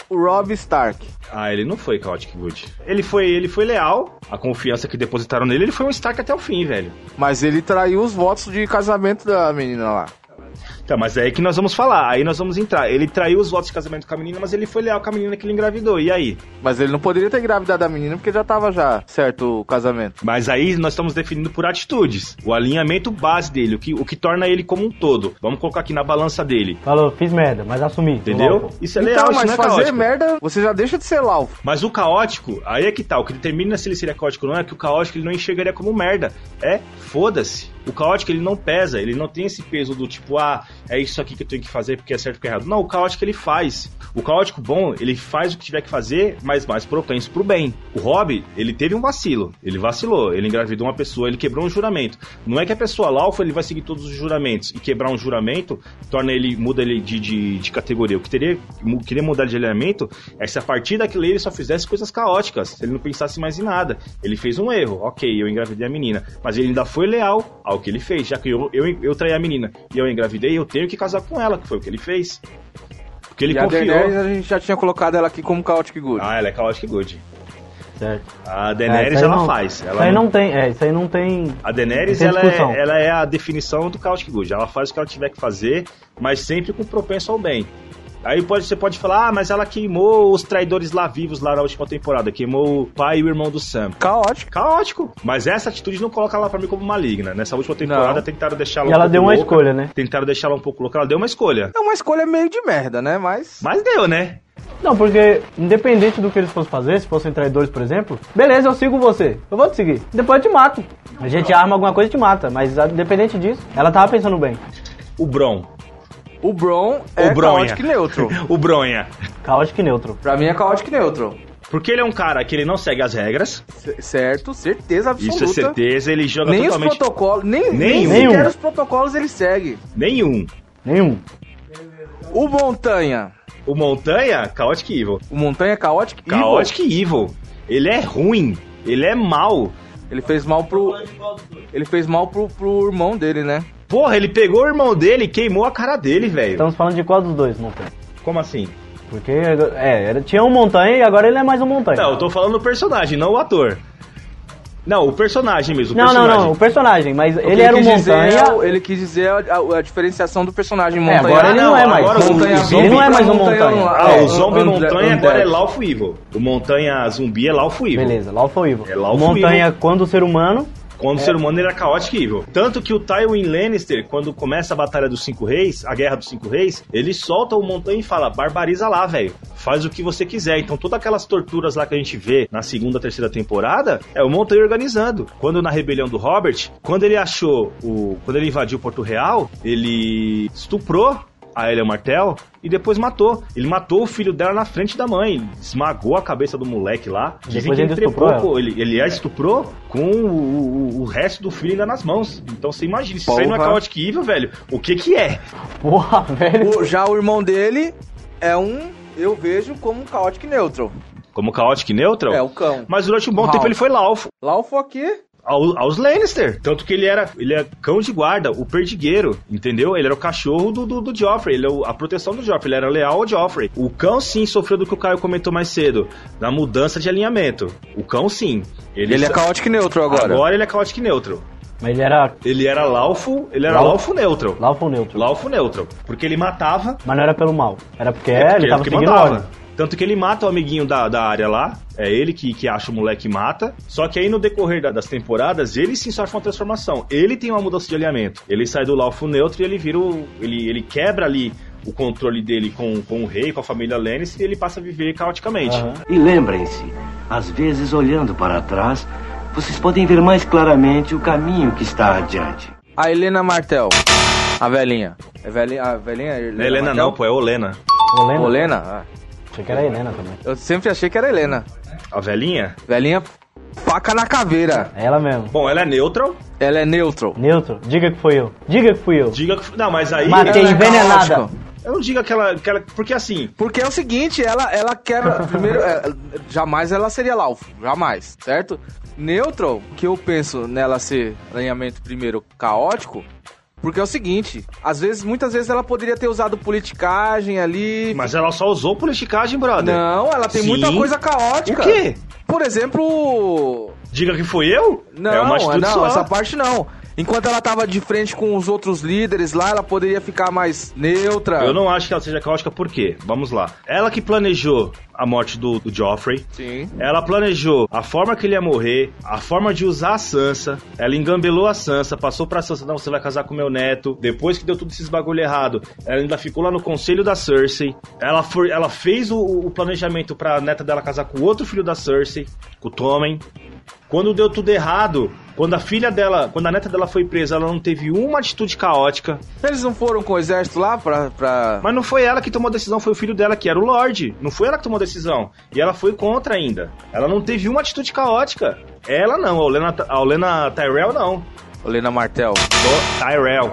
[SPEAKER 11] O Rob Stark.
[SPEAKER 3] Ah, ele não foi Chaotic Good. Ele foi, ele foi leal, a confiança que depositaram nele, ele foi um Stark até o fim, velho.
[SPEAKER 11] Mas ele traiu os votos de casamento da menina lá.
[SPEAKER 3] Tá, mas é aí que nós vamos falar, aí nós vamos entrar. Ele traiu os votos de casamento com a menina, mas ele foi leal com a menina que ele engravidou, e aí?
[SPEAKER 11] Mas ele não poderia ter engravidado a menina porque já tava já certo o casamento.
[SPEAKER 3] Mas aí nós estamos definindo por atitudes, o alinhamento base dele, o que, o que torna ele como um todo. Vamos colocar aqui na balança dele.
[SPEAKER 2] Falou, fiz merda, mas assumi.
[SPEAKER 3] Entendeu? Isso é leal,
[SPEAKER 11] então,
[SPEAKER 3] isso
[SPEAKER 11] mas
[SPEAKER 3] não é
[SPEAKER 11] fazer
[SPEAKER 3] caótico.
[SPEAKER 11] merda, você já deixa de ser lau.
[SPEAKER 3] Mas o caótico, aí é que tá. O que determina se ele seria caótico ou não é que o caótico ele não enxergaria como merda. É foda-se. O caótico ele não pesa, ele não tem esse peso do tipo, ah, é isso aqui que eu tenho que fazer porque é certo porque é errado. Não, o caótico ele faz. O caótico bom, ele faz o que tiver que fazer, mas mais propenso pro bem. O Rob, ele teve um vacilo. Ele vacilou, ele engravidou uma pessoa, ele quebrou um juramento. Não é que a pessoa alfa ele vai seguir todos os juramentos e quebrar um juramento torna ele, muda ele de, de, de categoria. O que teria, mu- queria mudar de alinhamento é se a partir daquilo ele só fizesse coisas caóticas, se ele não pensasse mais em nada. Ele fez um erro, ok, eu engravidei a menina, mas ele ainda foi leal ao que ele fez, já que eu, eu, eu traí a menina e eu engravidei, eu tenho que casar com ela, que foi o que ele fez. Porque ele
[SPEAKER 11] e
[SPEAKER 3] confiou.
[SPEAKER 11] a Daenerys é a gente já tinha colocado ela aqui como Chaotic Good.
[SPEAKER 3] Ah, ela é Chaotic Good.
[SPEAKER 2] Certo.
[SPEAKER 3] A
[SPEAKER 2] É,
[SPEAKER 3] Daenerys
[SPEAKER 2] isso
[SPEAKER 11] tá
[SPEAKER 2] aí
[SPEAKER 3] ela
[SPEAKER 2] não-
[SPEAKER 3] faz.
[SPEAKER 2] isso
[SPEAKER 3] Ela
[SPEAKER 2] aí não tem, é, isso aí não tem.
[SPEAKER 3] A Daenerys,
[SPEAKER 2] Tem
[SPEAKER 3] ela
[SPEAKER 2] discussão.
[SPEAKER 3] é, ela é a definição do Chaotic Good. Ela faz o que ela tiver que fazer, mas sempre com propenso ao bem. Aí pode, você pode falar, ah, mas ela queimou os traidores lá vivos lá na última temporada. Queimou o pai e o irmão do Sam.
[SPEAKER 11] Caótico.
[SPEAKER 3] Caótico. Mas essa atitude não coloca ela pra mim como maligna. Nessa última temporada
[SPEAKER 11] Não.
[SPEAKER 3] tentaram deixá-la
[SPEAKER 2] E ela deu uma
[SPEAKER 3] louca.
[SPEAKER 2] escolha, né?
[SPEAKER 3] Tentaram deixá-la um pouco louca. Ela deu uma escolha.
[SPEAKER 11] É uma escolha meio de merda, né? Mas.
[SPEAKER 3] Mas deu, né?
[SPEAKER 2] Não, porque independente do que eles fossem fazer, se fossem traidores, por exemplo, beleza, eu sigo você, eu vou te seguir. Depois eu te mato. A gente arma alguma coisa e te mata, mas ah, independente disso, ela tava pensando bem.
[SPEAKER 3] O Bron.
[SPEAKER 11] O Bron é
[SPEAKER 3] o Bronha.
[SPEAKER 11] Chaotic Neutro.
[SPEAKER 3] o Bronha.
[SPEAKER 2] Caótico e neutro.
[SPEAKER 11] pra mim é Chaotic Neutro.
[SPEAKER 3] Porque ele é um cara que ele não segue as regras.
[SPEAKER 11] C- certo, certeza absoluta.
[SPEAKER 3] Isso é certeza. Ele joga
[SPEAKER 11] Nem os
[SPEAKER 3] totalmente...
[SPEAKER 11] protocolos, nem, nem,
[SPEAKER 3] Nenhum.
[SPEAKER 11] sequer
[SPEAKER 3] Nenhum.
[SPEAKER 11] os protocolos ele segue.
[SPEAKER 3] Nenhum.
[SPEAKER 2] Nenhum.
[SPEAKER 11] O Montanha.
[SPEAKER 3] O Montanha, Chaotic Evil.
[SPEAKER 11] O Montanha é Chaotic Evil.
[SPEAKER 3] Chaotic Evil. Ele é ruim. Ele é mal.
[SPEAKER 11] Ele fez mal pro. Ele fez mal pro, pro irmão dele, né?
[SPEAKER 3] Porra, ele pegou o irmão dele e queimou a cara dele, velho.
[SPEAKER 2] Estamos falando de qual dos dois, Montanha?
[SPEAKER 3] Como assim?
[SPEAKER 2] Porque, é, era, tinha um Montanha e agora ele é mais um Montanha.
[SPEAKER 3] Não, eu tô falando do personagem, não o ator. Não, o personagem mesmo. O
[SPEAKER 2] não, não,
[SPEAKER 3] personagem.
[SPEAKER 2] não, o personagem, mas
[SPEAKER 11] O que
[SPEAKER 2] ele era um
[SPEAKER 11] quis dizer
[SPEAKER 2] Montanha.
[SPEAKER 11] é o- ele quis dizer a, a- a diferenciação do personagem
[SPEAKER 2] É,
[SPEAKER 11] Montanha.
[SPEAKER 2] agora ele não é mais.
[SPEAKER 3] agora o
[SPEAKER 2] Montanha-
[SPEAKER 3] zumbi
[SPEAKER 2] ele não é mais um
[SPEAKER 11] pra tá montanha
[SPEAKER 2] Montanha.
[SPEAKER 11] lá.
[SPEAKER 3] Ah,
[SPEAKER 11] É,
[SPEAKER 3] o Zombie
[SPEAKER 11] André-
[SPEAKER 3] Montanha agora
[SPEAKER 11] André.
[SPEAKER 3] é Laufo Evil. O Montanha Zumbi é Laufo Evil.
[SPEAKER 2] Beleza, lá foi o Ivo.
[SPEAKER 3] É, lá o
[SPEAKER 2] Montanha, quando ser humano,
[SPEAKER 3] Quando
[SPEAKER 2] É.
[SPEAKER 3] o ser humano era Chaotic Evil. Tanto que o Tywin Lannister, quando começa a Batalha dos Cinco Reis, a Guerra dos Cinco Reis, ele solta o montanha e fala, barbariza lá, velho. Faz o que você quiser. Então, todas aquelas torturas lá que a gente vê na segunda, terceira temporada, é o montanha organizando. Quando na Rebelião do Robert, quando ele achou o... Quando ele invadiu Porto Real, ele estuprou a Elia Martel e depois matou. Ele matou o filho dela na frente da mãe. Esmagou a cabeça do moleque lá. Dizem
[SPEAKER 2] Depois
[SPEAKER 3] que ele
[SPEAKER 2] ele
[SPEAKER 3] trepou
[SPEAKER 2] estuprou ela.
[SPEAKER 3] com- ele,
[SPEAKER 11] É.
[SPEAKER 3] ele a estuprou com o, o- o resto do filho ainda nas mãos. Então você imagina, se isso aí não é
[SPEAKER 11] Porra.
[SPEAKER 3] Chaotic Evil, velho, o que que é?
[SPEAKER 2] porra, velho.
[SPEAKER 11] O- já o irmão dele é um. Eu vejo como um Chaotic Neutral.
[SPEAKER 3] Como Chaotic Neutral?
[SPEAKER 11] É, o cão.
[SPEAKER 3] Mas durante um bom
[SPEAKER 11] Ralph.
[SPEAKER 3] tempo ele foi Laufo.
[SPEAKER 11] Laufo aqui.
[SPEAKER 3] ao- aos Lannister. Tanto que ele era, ele é cão de guarda, o perdigueiro, entendeu? Ele era o cachorro do, do, do Joffrey, ele é o- a proteção do Joffrey, ele era leal ao Joffrey. O cão sim sofreu do que o Caio comentou mais cedo, na mudança de alinhamento. O cão sim.
[SPEAKER 11] Ele, é Chaotic Neutral agora.
[SPEAKER 3] agora. ele é Chaotic Neutral.
[SPEAKER 2] Mas ele era
[SPEAKER 3] Ele era Laufo, ele era
[SPEAKER 2] Laufo.
[SPEAKER 3] Laufo Neutral.
[SPEAKER 2] lá foi o neutro.
[SPEAKER 3] Laufo Neutral. Porque ele matava
[SPEAKER 2] Mas não era pelo mal. Era porque,
[SPEAKER 3] É porque
[SPEAKER 2] É, ele
[SPEAKER 3] era
[SPEAKER 2] tava
[SPEAKER 3] o que
[SPEAKER 2] seguindo
[SPEAKER 3] mandava.
[SPEAKER 2] ordem.
[SPEAKER 3] Tanto que ele mata o amiguinho da, da área lá, é ele que, que acha o moleque e mata. Só que aí no decorrer da- das temporadas, ele sim sofre uma transformação. Ele tem uma mudança de alinhamento. Ele sai do Laufo neutro e ele vira o. Ele, ele quebra ali o controle dele com, com o rei, com a família Lannister, e ele passa a viver caoticamente.
[SPEAKER 10] E lembrem-se, às vezes olhando para trás, vocês podem ver mais claramente o caminho que está adiante.
[SPEAKER 7] A Helena Martel. A velhinha. É velhinha, a velhinha é Helena,
[SPEAKER 3] Helena
[SPEAKER 7] Martel?
[SPEAKER 3] não, pô, é Olena.
[SPEAKER 7] Olena? Olena? Ah.
[SPEAKER 2] Achei que era a Helena também.
[SPEAKER 7] Eu sempre achei que era a Helena.
[SPEAKER 3] A velhinha?
[SPEAKER 7] Velhinha, faca na caveira.
[SPEAKER 2] É ela mesmo.
[SPEAKER 3] Bom, ela é neutral.
[SPEAKER 7] Ela é neutral.
[SPEAKER 2] Neutro, diga que foi eu. Diga que fui eu.
[SPEAKER 3] Diga que fui. Não, mas aí.
[SPEAKER 2] Matei
[SPEAKER 7] é
[SPEAKER 2] envenenada.
[SPEAKER 3] Eu não digo aquela, aquela. Porque assim.
[SPEAKER 7] Porque é o seguinte, ela, ela quebra. Primeiro, é, jamais ela seria Laufo. Jamais, certo? Neutral, que eu penso nela ser alinhamento primeiro caótico. Porque é o seguinte, às vezes, muitas vezes ela poderia ter usado politicagem ali.
[SPEAKER 3] Mas ela só usou politicagem, brother.
[SPEAKER 7] Não, ela tem
[SPEAKER 3] Sim.
[SPEAKER 7] muita coisa caótica.
[SPEAKER 3] O quê?
[SPEAKER 7] Por exemplo.
[SPEAKER 3] Diga que fui eu?
[SPEAKER 7] Não,
[SPEAKER 3] É uma atitude
[SPEAKER 7] não,
[SPEAKER 3] só.
[SPEAKER 7] essa parte não. Enquanto ela tava de frente com os outros líderes lá, ela poderia ficar mais neutra.
[SPEAKER 3] Eu não acho que ela seja caótica, por quê? Vamos lá. Ela que planejou a morte do, do Joffrey.
[SPEAKER 7] Sim.
[SPEAKER 3] Ela planejou a forma que ele ia morrer, a forma de usar a Sansa. Ela engambelou a Sansa, passou pra Sansa, não, você vai casar com meu neto. Depois que deu tudo esses bagulho errado, ela ainda ficou lá no conselho da Cersei. Ela, foi, ela fez o, o planejamento pra neta dela casar com o outro filho da Cersei, com o Tommen. Quando deu tudo errado, quando a filha dela, quando a neta dela foi presa, ela não teve uma atitude caótica.
[SPEAKER 7] Eles não foram com o exército lá pra. pra...
[SPEAKER 3] Mas não foi ela que tomou a decisão, foi o filho dela que era o Lorde. Não foi ela que tomou a decisão. E ela foi contra ainda. Ela não teve uma atitude caótica. Ela não, a Olena, a Olena Tyrell não.
[SPEAKER 7] Olena Martel.
[SPEAKER 3] Tyrell.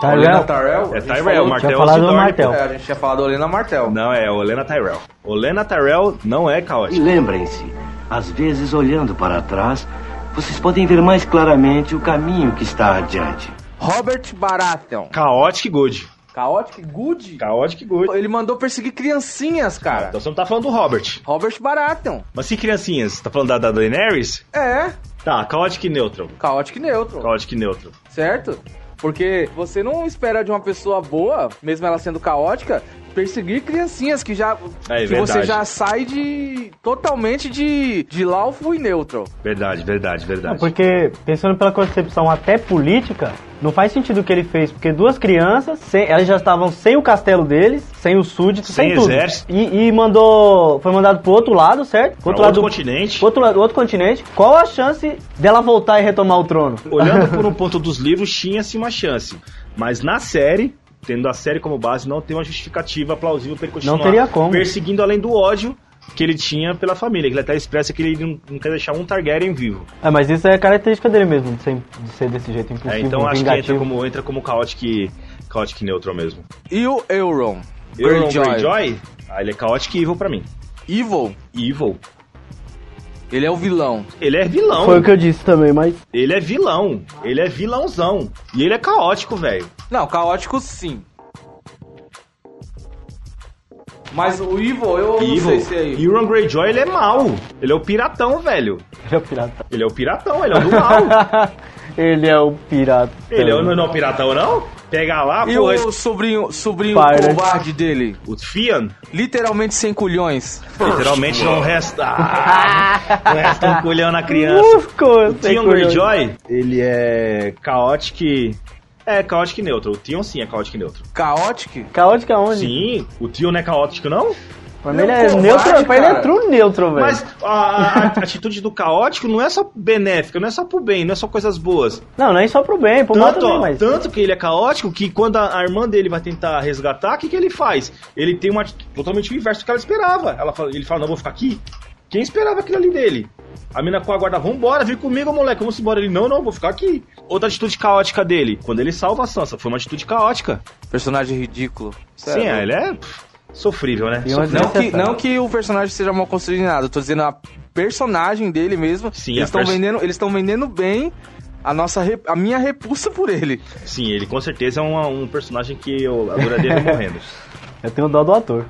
[SPEAKER 2] Tyrell?
[SPEAKER 7] Olena Tyrell?
[SPEAKER 3] É
[SPEAKER 7] A gente
[SPEAKER 3] Tyrell,
[SPEAKER 7] falou-
[SPEAKER 3] Martel
[SPEAKER 2] Tinha falado
[SPEAKER 3] Ossidorp.
[SPEAKER 2] Martel.
[SPEAKER 7] É, a gente tinha falado Olena Martel.
[SPEAKER 3] Não, é Olena Tyrell. Olena Tyrell não é
[SPEAKER 10] E
[SPEAKER 3] caótica.
[SPEAKER 10] lembrem-se, às vezes olhando para trás, vocês podem ver mais claramente o caminho que está adiante.
[SPEAKER 7] Robert Baratheon.
[SPEAKER 3] Caótica e good.
[SPEAKER 7] Caótico e good?
[SPEAKER 3] Caótica e good.
[SPEAKER 7] Ele mandou perseguir criancinhas, cara.
[SPEAKER 3] Então você não tá falando do Robert.
[SPEAKER 7] Robert Baratheon.
[SPEAKER 3] Mas se criancinhas, tá falando da, da Daenerys?
[SPEAKER 7] É,
[SPEAKER 3] Tá, caótica e neutral.
[SPEAKER 7] caótico e neutro.
[SPEAKER 3] Caótica e neutral.
[SPEAKER 7] certo? Porque você não espera de uma pessoa boa, mesmo ela sendo caótica, perseguir criancinhas que já
[SPEAKER 3] É,
[SPEAKER 7] que
[SPEAKER 3] verdade.
[SPEAKER 7] você já sai de totalmente de de laufo e neutro.
[SPEAKER 3] Verdade, verdade,
[SPEAKER 2] Não,
[SPEAKER 3] verdade.
[SPEAKER 2] porque, pensando pela concepção até política, não faz sentido o que ele fez, porque duas crianças, sem- elas já estavam sem o castelo deles, sem o súdito, sem,
[SPEAKER 3] Sem
[SPEAKER 2] tudo.
[SPEAKER 3] exército.
[SPEAKER 2] E, e mandou. Foi mandado pro outro lado, certo? Pro
[SPEAKER 3] Pra outro
[SPEAKER 2] outro lado do-
[SPEAKER 3] continente.
[SPEAKER 2] pro Outro, lado- outro continente. Qual a chance dela voltar e retomar o trono?
[SPEAKER 3] olhando por um ponto dos livros, tinha-se uma chance. Mas na série, tendo a série como base, não tem uma justificativa plausível para ele continuar
[SPEAKER 2] Não teria como.
[SPEAKER 3] perseguindo além do ódio que ele tinha pela família, que ele até expressa que ele não, não quer deixar um Targaryen vivo.
[SPEAKER 2] Ah, mas isso é característica dele mesmo, de ser, de ser desse jeito impossível.
[SPEAKER 3] É, então acho que entra
[SPEAKER 2] Uhum, vingativo.
[SPEAKER 3] como, entra como caótico e- caótico e neutral mesmo.
[SPEAKER 7] E o Euron.
[SPEAKER 3] Euron
[SPEAKER 7] Greyjoy.
[SPEAKER 3] Greyjoy, ah, ele é caótico e evil pra mim.
[SPEAKER 7] Evil,
[SPEAKER 3] Evil.
[SPEAKER 7] ele é o vilão.
[SPEAKER 3] Ele é vilão.
[SPEAKER 2] Foi o que eu disse também, mas.
[SPEAKER 3] Ele é vilão. Ele é vilãozão. E ele é caótico, velho.
[SPEAKER 7] Não, caótico sim. Mas o Evil, eu não sei se é Evil.
[SPEAKER 3] Euron Greyjoy, ele é mau. Ele é o piratão, velho.
[SPEAKER 2] Ele é o pirata.
[SPEAKER 3] Ele é o piratão, ele é o do mal.
[SPEAKER 2] ele é o pirata.
[SPEAKER 3] Ele é o- não, não é o piratão, não? Pega lá,
[SPEAKER 7] E
[SPEAKER 3] porra.
[SPEAKER 7] o sobrinho, sobrinho
[SPEAKER 2] Pirate.
[SPEAKER 7] covarde dele,
[SPEAKER 3] O Fian,
[SPEAKER 7] literalmente sem culhões.
[SPEAKER 3] literalmente não resta. Ah, não resta um culhão na
[SPEAKER 7] Uh,
[SPEAKER 3] criança.
[SPEAKER 2] Lusco,
[SPEAKER 3] O Theon Greyjoy, ele é caótico. e- É, caótico e neutro. O Theon sim é caótico e neutro.
[SPEAKER 7] Caótico?
[SPEAKER 2] Caótica onde?
[SPEAKER 3] Sim, o Theon não é caótico, não?
[SPEAKER 2] Pra mim ele
[SPEAKER 7] Ele
[SPEAKER 2] é
[SPEAKER 7] é um
[SPEAKER 2] neutro,
[SPEAKER 7] covarde,
[SPEAKER 2] pra ele é
[SPEAKER 7] cara.
[SPEAKER 2] true neutro, velho.
[SPEAKER 3] Mas a, a- a atitude do caótico não é só benéfica, não é só pro bem, não é só coisas boas.
[SPEAKER 2] Não, não é só pro bem, pro mal
[SPEAKER 3] Tanto,
[SPEAKER 2] também,
[SPEAKER 3] ó,
[SPEAKER 2] mas...
[SPEAKER 3] tanto que ele é caótico que quando a, a irmã dele vai tentar resgatar, o que, que ele faz? Ele tem uma atitude totalmente inversa do que ela esperava. Ela fala- ele fala, não, vou ficar aqui. Quem esperava aquilo ali dele? A mina com a guarda, vambora, vem comigo, moleque, vamos embora. Ele, não, não, vou ficar aqui. Outra atitude caótica dele, quando ele salva a Sansa, foi uma atitude caótica.
[SPEAKER 7] Personagem ridículo.
[SPEAKER 3] Sim, é, ele é pff, sofrível, né?
[SPEAKER 2] E onde-
[SPEAKER 3] Sofrível.
[SPEAKER 7] Não que,
[SPEAKER 2] Necessário.
[SPEAKER 7] não que o personagem seja mal construído em nada, eu tô dizendo a personagem dele mesmo.
[SPEAKER 3] Sim,
[SPEAKER 7] eles
[SPEAKER 3] a
[SPEAKER 7] estão
[SPEAKER 3] pers-
[SPEAKER 7] vendendo, eles estão vendendo bem a nossa rep- a minha repulsa por ele.
[SPEAKER 3] Sim, ele com certeza é um, um personagem que eu adoraria ver é morrendo.
[SPEAKER 2] Eu tenho dó do ator.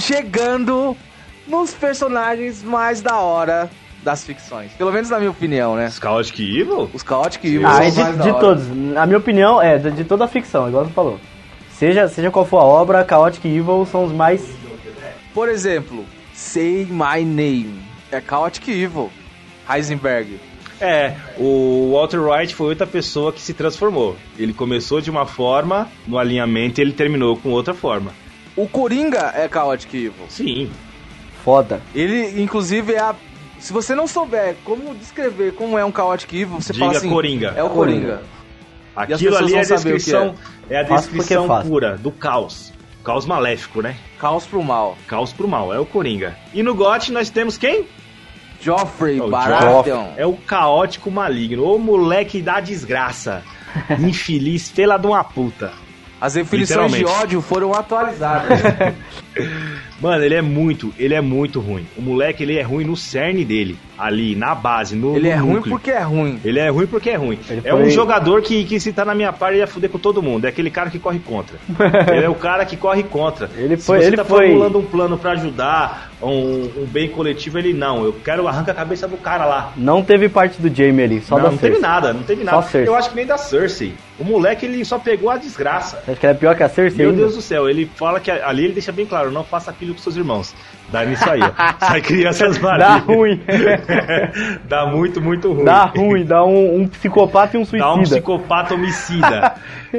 [SPEAKER 7] Chegando nos personagens mais da hora das ficções. Pelo menos na minha opinião, né? Os
[SPEAKER 3] Chaotic Evil?
[SPEAKER 7] Os Chaotic Evil
[SPEAKER 2] Ah,
[SPEAKER 7] são
[SPEAKER 2] é de,
[SPEAKER 7] mais da
[SPEAKER 2] de
[SPEAKER 7] hora.
[SPEAKER 2] todos. Na minha opinião, é, de, de toda a ficção, igual você falou. Seja, seja qual for a obra, Chaotic Evil são os mais.
[SPEAKER 7] Por exemplo, Say My Name. É Chaotic Evil. Heisenberg.
[SPEAKER 3] É, o Walter White foi outra pessoa que se transformou. Ele começou de uma forma no alinhamento e ele terminou com outra forma.
[SPEAKER 7] O Coringa é Chaotic Evil.
[SPEAKER 3] Sim.
[SPEAKER 2] Foda.
[SPEAKER 7] Ele, inclusive, é a. Se você não souber como descrever como é um Chaotic Evil, você
[SPEAKER 3] Diga
[SPEAKER 7] fala assim...
[SPEAKER 3] Coringa.
[SPEAKER 7] É o Coringa. E as
[SPEAKER 3] Aquilo
[SPEAKER 7] pessoas
[SPEAKER 3] ali é a
[SPEAKER 7] vão saber o que
[SPEAKER 3] descrição, é.
[SPEAKER 7] é.
[SPEAKER 3] a
[SPEAKER 7] Fácil porque é
[SPEAKER 3] descrição
[SPEAKER 7] fácil.
[SPEAKER 3] pura do caos. Caos maléfico, né?
[SPEAKER 7] Caos pro mal.
[SPEAKER 3] Caos pro mal, é o Coringa. E no GOT nós temos quem?
[SPEAKER 7] Joffrey
[SPEAKER 3] É o
[SPEAKER 7] Baratheon.
[SPEAKER 3] Joffrey. É o caótico maligno, o moleque da desgraça. Infeliz, fela de uma puta.
[SPEAKER 7] As definições de ódio foram atualizadas.
[SPEAKER 3] Mano, ele é muito, ele é muito ruim. O moleque, ele é ruim no cerne dele, ali, na base, no
[SPEAKER 7] Ele
[SPEAKER 3] no
[SPEAKER 7] é ruim
[SPEAKER 3] núcleo.
[SPEAKER 7] porque é ruim.
[SPEAKER 3] Ele é ruim porque é ruim. É
[SPEAKER 7] foi-
[SPEAKER 3] um jogador que, que se tá na minha par, ele ia fuder com todo mundo. É aquele cara que corre contra. ele é o cara que corre contra. Ele
[SPEAKER 2] foi-
[SPEAKER 3] se você
[SPEAKER 2] ele
[SPEAKER 3] tá
[SPEAKER 2] foi-
[SPEAKER 3] formulando um plano pra ajudar um, um bem coletivo, ele não. Eu quero arranca a cabeça do cara lá.
[SPEAKER 2] Não teve parte do Jamie ali, só
[SPEAKER 3] não,
[SPEAKER 2] da
[SPEAKER 3] não
[SPEAKER 2] Cersei.
[SPEAKER 3] teve nada, não teve
[SPEAKER 2] Só
[SPEAKER 3] nada.
[SPEAKER 2] Cersei.
[SPEAKER 3] Eu acho que nem da Cersei. O moleque, ele só pegou a desgraça.
[SPEAKER 2] Acho que era pior que a Cersei
[SPEAKER 3] Meu
[SPEAKER 2] ainda.
[SPEAKER 3] Deus do céu, ele fala que ali ele deixa bem claro, não faça filho com seus irmãos. Dá nisso aí, ó. Sai crianças
[SPEAKER 2] Dá
[SPEAKER 3] maravilhas.
[SPEAKER 2] ruim.
[SPEAKER 3] Dá muito, muito ruim.
[SPEAKER 2] Dá ruim, dá um, um psicopata e um suicida.
[SPEAKER 3] Dá um psicopata homicida.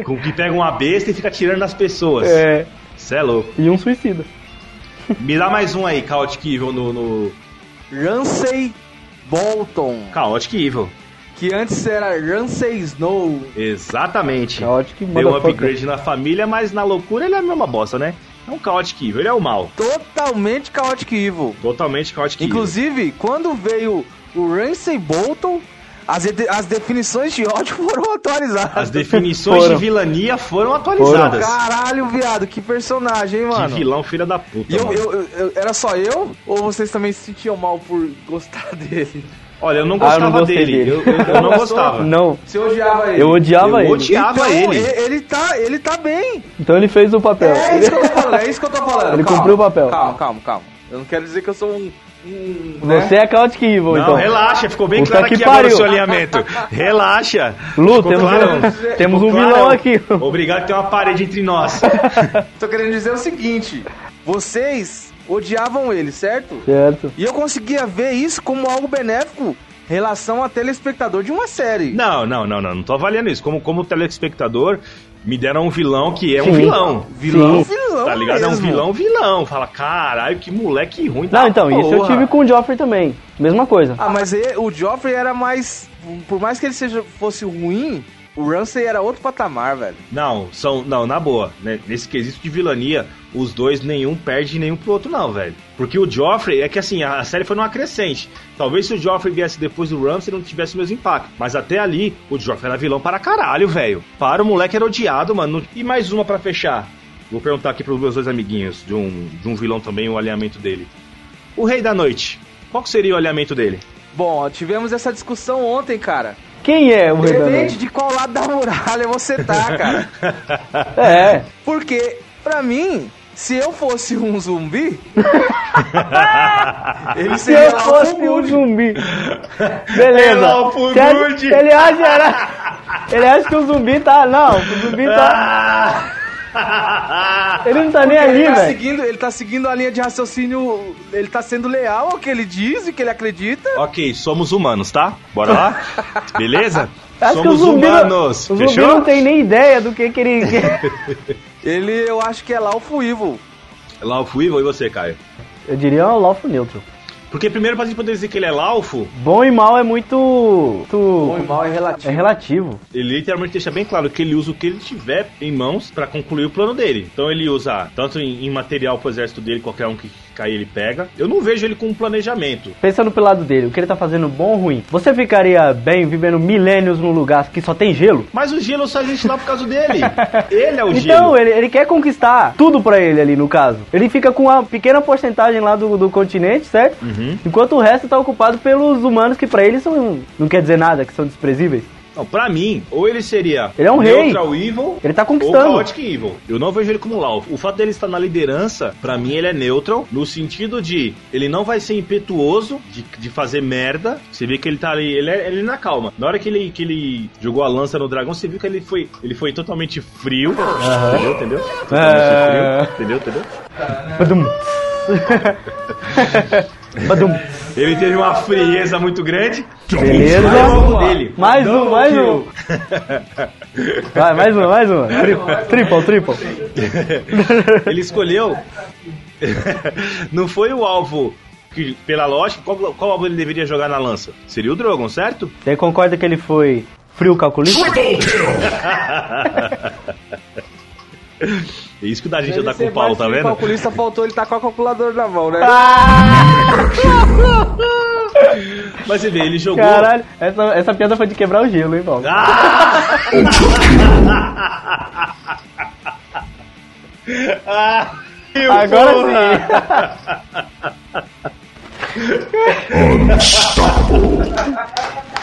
[SPEAKER 3] com que pega uma besta e fica atirando nas pessoas.
[SPEAKER 2] É.
[SPEAKER 3] Cê é louco.
[SPEAKER 2] E um suicida.
[SPEAKER 3] Me dá mais um aí, Chaotic Evil no. no...
[SPEAKER 7] Ramsay Bolton.
[SPEAKER 3] Chaotic Evil.
[SPEAKER 7] Que antes era Ramsay Snow.
[SPEAKER 3] Exatamente.
[SPEAKER 2] Chaotic
[SPEAKER 3] Deu um
[SPEAKER 2] motherfucker.
[SPEAKER 3] upgrade na família, mas na loucura ele é a mesma bosta, né? É um Chaotic Evil, ele é o mal.
[SPEAKER 7] Totalmente Chaotic Evil.
[SPEAKER 3] Totalmente Chaotic Evil.
[SPEAKER 7] Inclusive, quando veio o Ramsay Bolton, as, ed- as definições de ódio foram atualizadas.
[SPEAKER 3] As definições de vilania foram atualizadas.
[SPEAKER 7] Caralho, viado, que personagem, hein,
[SPEAKER 3] Que
[SPEAKER 7] mano.
[SPEAKER 3] vilão, filha da puta.
[SPEAKER 7] E eu,
[SPEAKER 2] Então,
[SPEAKER 3] mano.
[SPEAKER 7] eu- eu- eu- era só eu? Ou vocês também se sentiam mal por gostar dele?
[SPEAKER 3] Olha, eu não
[SPEAKER 2] Ah, eu não
[SPEAKER 3] gostava
[SPEAKER 2] gostei
[SPEAKER 3] dele.
[SPEAKER 2] dele.
[SPEAKER 3] Eu, eu- eu não gostava.
[SPEAKER 2] Não.
[SPEAKER 7] Você odiava ele?
[SPEAKER 2] Eu odiava
[SPEAKER 3] Eu
[SPEAKER 2] ele.
[SPEAKER 3] odiava
[SPEAKER 7] Então,
[SPEAKER 3] ele.
[SPEAKER 7] e- Ele tá, ele tá bem.
[SPEAKER 2] Então ele fez o papel.
[SPEAKER 7] É isso que eu tô falando, é isso que eu tô falando.
[SPEAKER 2] Ele
[SPEAKER 7] Calma,
[SPEAKER 2] cumpriu o papel.
[SPEAKER 7] Calma, calma, calma. Eu não quero dizer que eu sou um. um
[SPEAKER 2] Você é Chaotic Evil,
[SPEAKER 3] Não,
[SPEAKER 2] então.
[SPEAKER 3] relaxa, ficou bem
[SPEAKER 2] Puta
[SPEAKER 3] claro
[SPEAKER 2] que
[SPEAKER 3] aqui agora o
[SPEAKER 2] pariu.
[SPEAKER 3] seu alinhamento. Relaxa.
[SPEAKER 2] Lu,
[SPEAKER 3] Ficou
[SPEAKER 2] temos
[SPEAKER 3] clarão.
[SPEAKER 2] um- temos
[SPEAKER 3] Ficou
[SPEAKER 2] um vilão
[SPEAKER 3] clarão.
[SPEAKER 2] aqui.
[SPEAKER 3] Obrigado por ter uma parede entre nós.
[SPEAKER 7] Tô querendo dizer o seguinte: vocês odiavam ele, certo?
[SPEAKER 2] Certo.
[SPEAKER 7] E eu conseguia ver isso como algo benéfico em relação a telespectador de uma série.
[SPEAKER 3] Não, não, não, não. Não tô avaliando isso. Como, como telespectador, me deram um vilão que é um
[SPEAKER 2] Sim.
[SPEAKER 3] vilão.
[SPEAKER 2] Vilão,
[SPEAKER 7] Sim. vilão
[SPEAKER 3] Tá ligado? É um
[SPEAKER 7] mesmo.
[SPEAKER 3] vilão, vilão. Fala, caralho, que moleque ruim.
[SPEAKER 2] Não,
[SPEAKER 3] da
[SPEAKER 2] então, isso eu
[SPEAKER 3] porra."
[SPEAKER 2] tive com o Joffrey também. Mesma coisa.
[SPEAKER 7] Ah, mas e- o Joffrey era mais. Por mais que ele seja, fosse ruim, o Ramsay era outro patamar, velho.
[SPEAKER 3] Não, são. Não, na boa, né? Nesse quesito de vilania, os dois nenhum perde nenhum pro outro, não, velho. Porque o Joffrey, é que assim, a a série foi numa crescente. Talvez se o Joffrey viesse depois do Ramsay não tivesse o mesmo impacto. Mas até ali, o Joffrey era vilão para caralho, velho. Para o moleque era odiado, mano. E mais uma pra fechar. Vou perguntar aqui pros meus dois amiguinhos de um, de um vilão também, o alinhamento dele. O Rei da Noite. Qual que seria o alinhamento dele?
[SPEAKER 7] Bom, tivemos essa discussão ontem, cara.
[SPEAKER 2] Quem é o Rei da
[SPEAKER 7] Depende
[SPEAKER 2] Noite?
[SPEAKER 7] de qual lado da muralha você tá, cara.
[SPEAKER 2] É.
[SPEAKER 7] Porque, pra mim, se eu fosse um zumbi, ele
[SPEAKER 2] Se eu
[SPEAKER 7] seria lá
[SPEAKER 2] fosse
[SPEAKER 7] o
[SPEAKER 2] um
[SPEAKER 7] Hulk.
[SPEAKER 2] zumbi.
[SPEAKER 3] Ele é o
[SPEAKER 2] Beleza.
[SPEAKER 3] Fulgud.
[SPEAKER 2] Você acha- Ele acha, era- ele acha que o zumbi tá. Não, o zumbi tá.
[SPEAKER 3] Ah!
[SPEAKER 2] Ele não tá nem
[SPEAKER 7] Ele
[SPEAKER 2] ali,
[SPEAKER 3] é
[SPEAKER 7] tá,
[SPEAKER 2] velho.
[SPEAKER 7] seguindo, ele tá seguindo a linha de raciocínio. Ele tá sendo leal ao que ele diz e que ele acredita.
[SPEAKER 3] Ok, somos humanos, tá? Bora lá? Beleza?
[SPEAKER 2] Acho que o
[SPEAKER 3] somos
[SPEAKER 2] zumbi, não, o
[SPEAKER 3] humanos.
[SPEAKER 2] zumbi
[SPEAKER 3] Fechou?
[SPEAKER 2] não tem nem ideia do que, que ele.
[SPEAKER 7] Ele, eu acho que é lá o Fuivo.
[SPEAKER 3] É Laufo Evil e você, Caio?
[SPEAKER 2] Eu diria um Lawful Neutro.
[SPEAKER 3] Porque primeiro pra gente poder dizer que ele é Laufo,
[SPEAKER 2] Bom e mal é muito. muito...
[SPEAKER 7] Bom e mal é relativo.
[SPEAKER 2] É relativo.
[SPEAKER 3] ele literalmente deixa bem claro que ele usa o que ele tiver em mãos pra concluir o plano dele. Então ele usa tanto em, em material pro exército dele, qualquer um que cair ele pega. Eu não vejo ele com um planejamento.
[SPEAKER 2] Pensando pelo lado dele, o que ele tá fazendo bom ou ruim? Você ficaria bem vivendo milênios num lugar que só tem gelo?
[SPEAKER 3] Mas o gelo só existe lá por causa dele. Ele é o
[SPEAKER 2] Então,
[SPEAKER 3] gelo.
[SPEAKER 2] ele, ele quer conquistar tudo pra ele ali, no caso. Ele fica com uma pequena porcentagem lá do, do continente, certo?
[SPEAKER 3] Uhum.
[SPEAKER 2] Enquanto o resto tá ocupado pelos humanos que pra ele são. não quer dizer nada, que são desprezíveis.
[SPEAKER 3] Não, pra mim, ou ele seria
[SPEAKER 2] Ele é um rei.
[SPEAKER 3] neutral evil,
[SPEAKER 2] Ele tá conquistando.
[SPEAKER 3] ou chaotic evil. Eu não vejo ele como Lau. O fato dele estar na liderança, pra mim ele é neutral, no sentido de ele não vai ser impetuoso de, de fazer merda. Você vê que ele tá ali, ele é ele é na calma. Na hora que ele, que ele jogou a lança no dragão, você viu que ele foi, ele foi totalmente frio. Entendeu? Entendeu? Totalmente
[SPEAKER 2] É.
[SPEAKER 3] frio. Entendeu? Entendeu?
[SPEAKER 2] Badum. Badum.
[SPEAKER 3] Ele teve uma frieza muito grande.
[SPEAKER 2] Beleza.
[SPEAKER 3] Mais um dele.
[SPEAKER 2] Mais um, mais um. Vai, mais uma, mais uma. Triple, triple.
[SPEAKER 3] ele escolheu. não foi o alvo que, pela lógica, qual, qual alvo ele deveria jogar na lança? Seria o Drogon, certo?
[SPEAKER 2] Você concorda que ele foi frio calculista?
[SPEAKER 3] É isso que dá a gente andar
[SPEAKER 11] Ele
[SPEAKER 3] com
[SPEAKER 11] ser
[SPEAKER 3] o pau,
[SPEAKER 11] mais
[SPEAKER 3] tá
[SPEAKER 11] frio,
[SPEAKER 3] vendo?
[SPEAKER 11] calculista faltou ele tá com a calculadora na mão, né?
[SPEAKER 3] Mas você vê, ele jogou.
[SPEAKER 2] Caralho, essa, essa piada foi de quebrar o gelo, hein, Paulo?
[SPEAKER 3] Ah, eu
[SPEAKER 2] Agora
[SPEAKER 3] vou-
[SPEAKER 2] sim.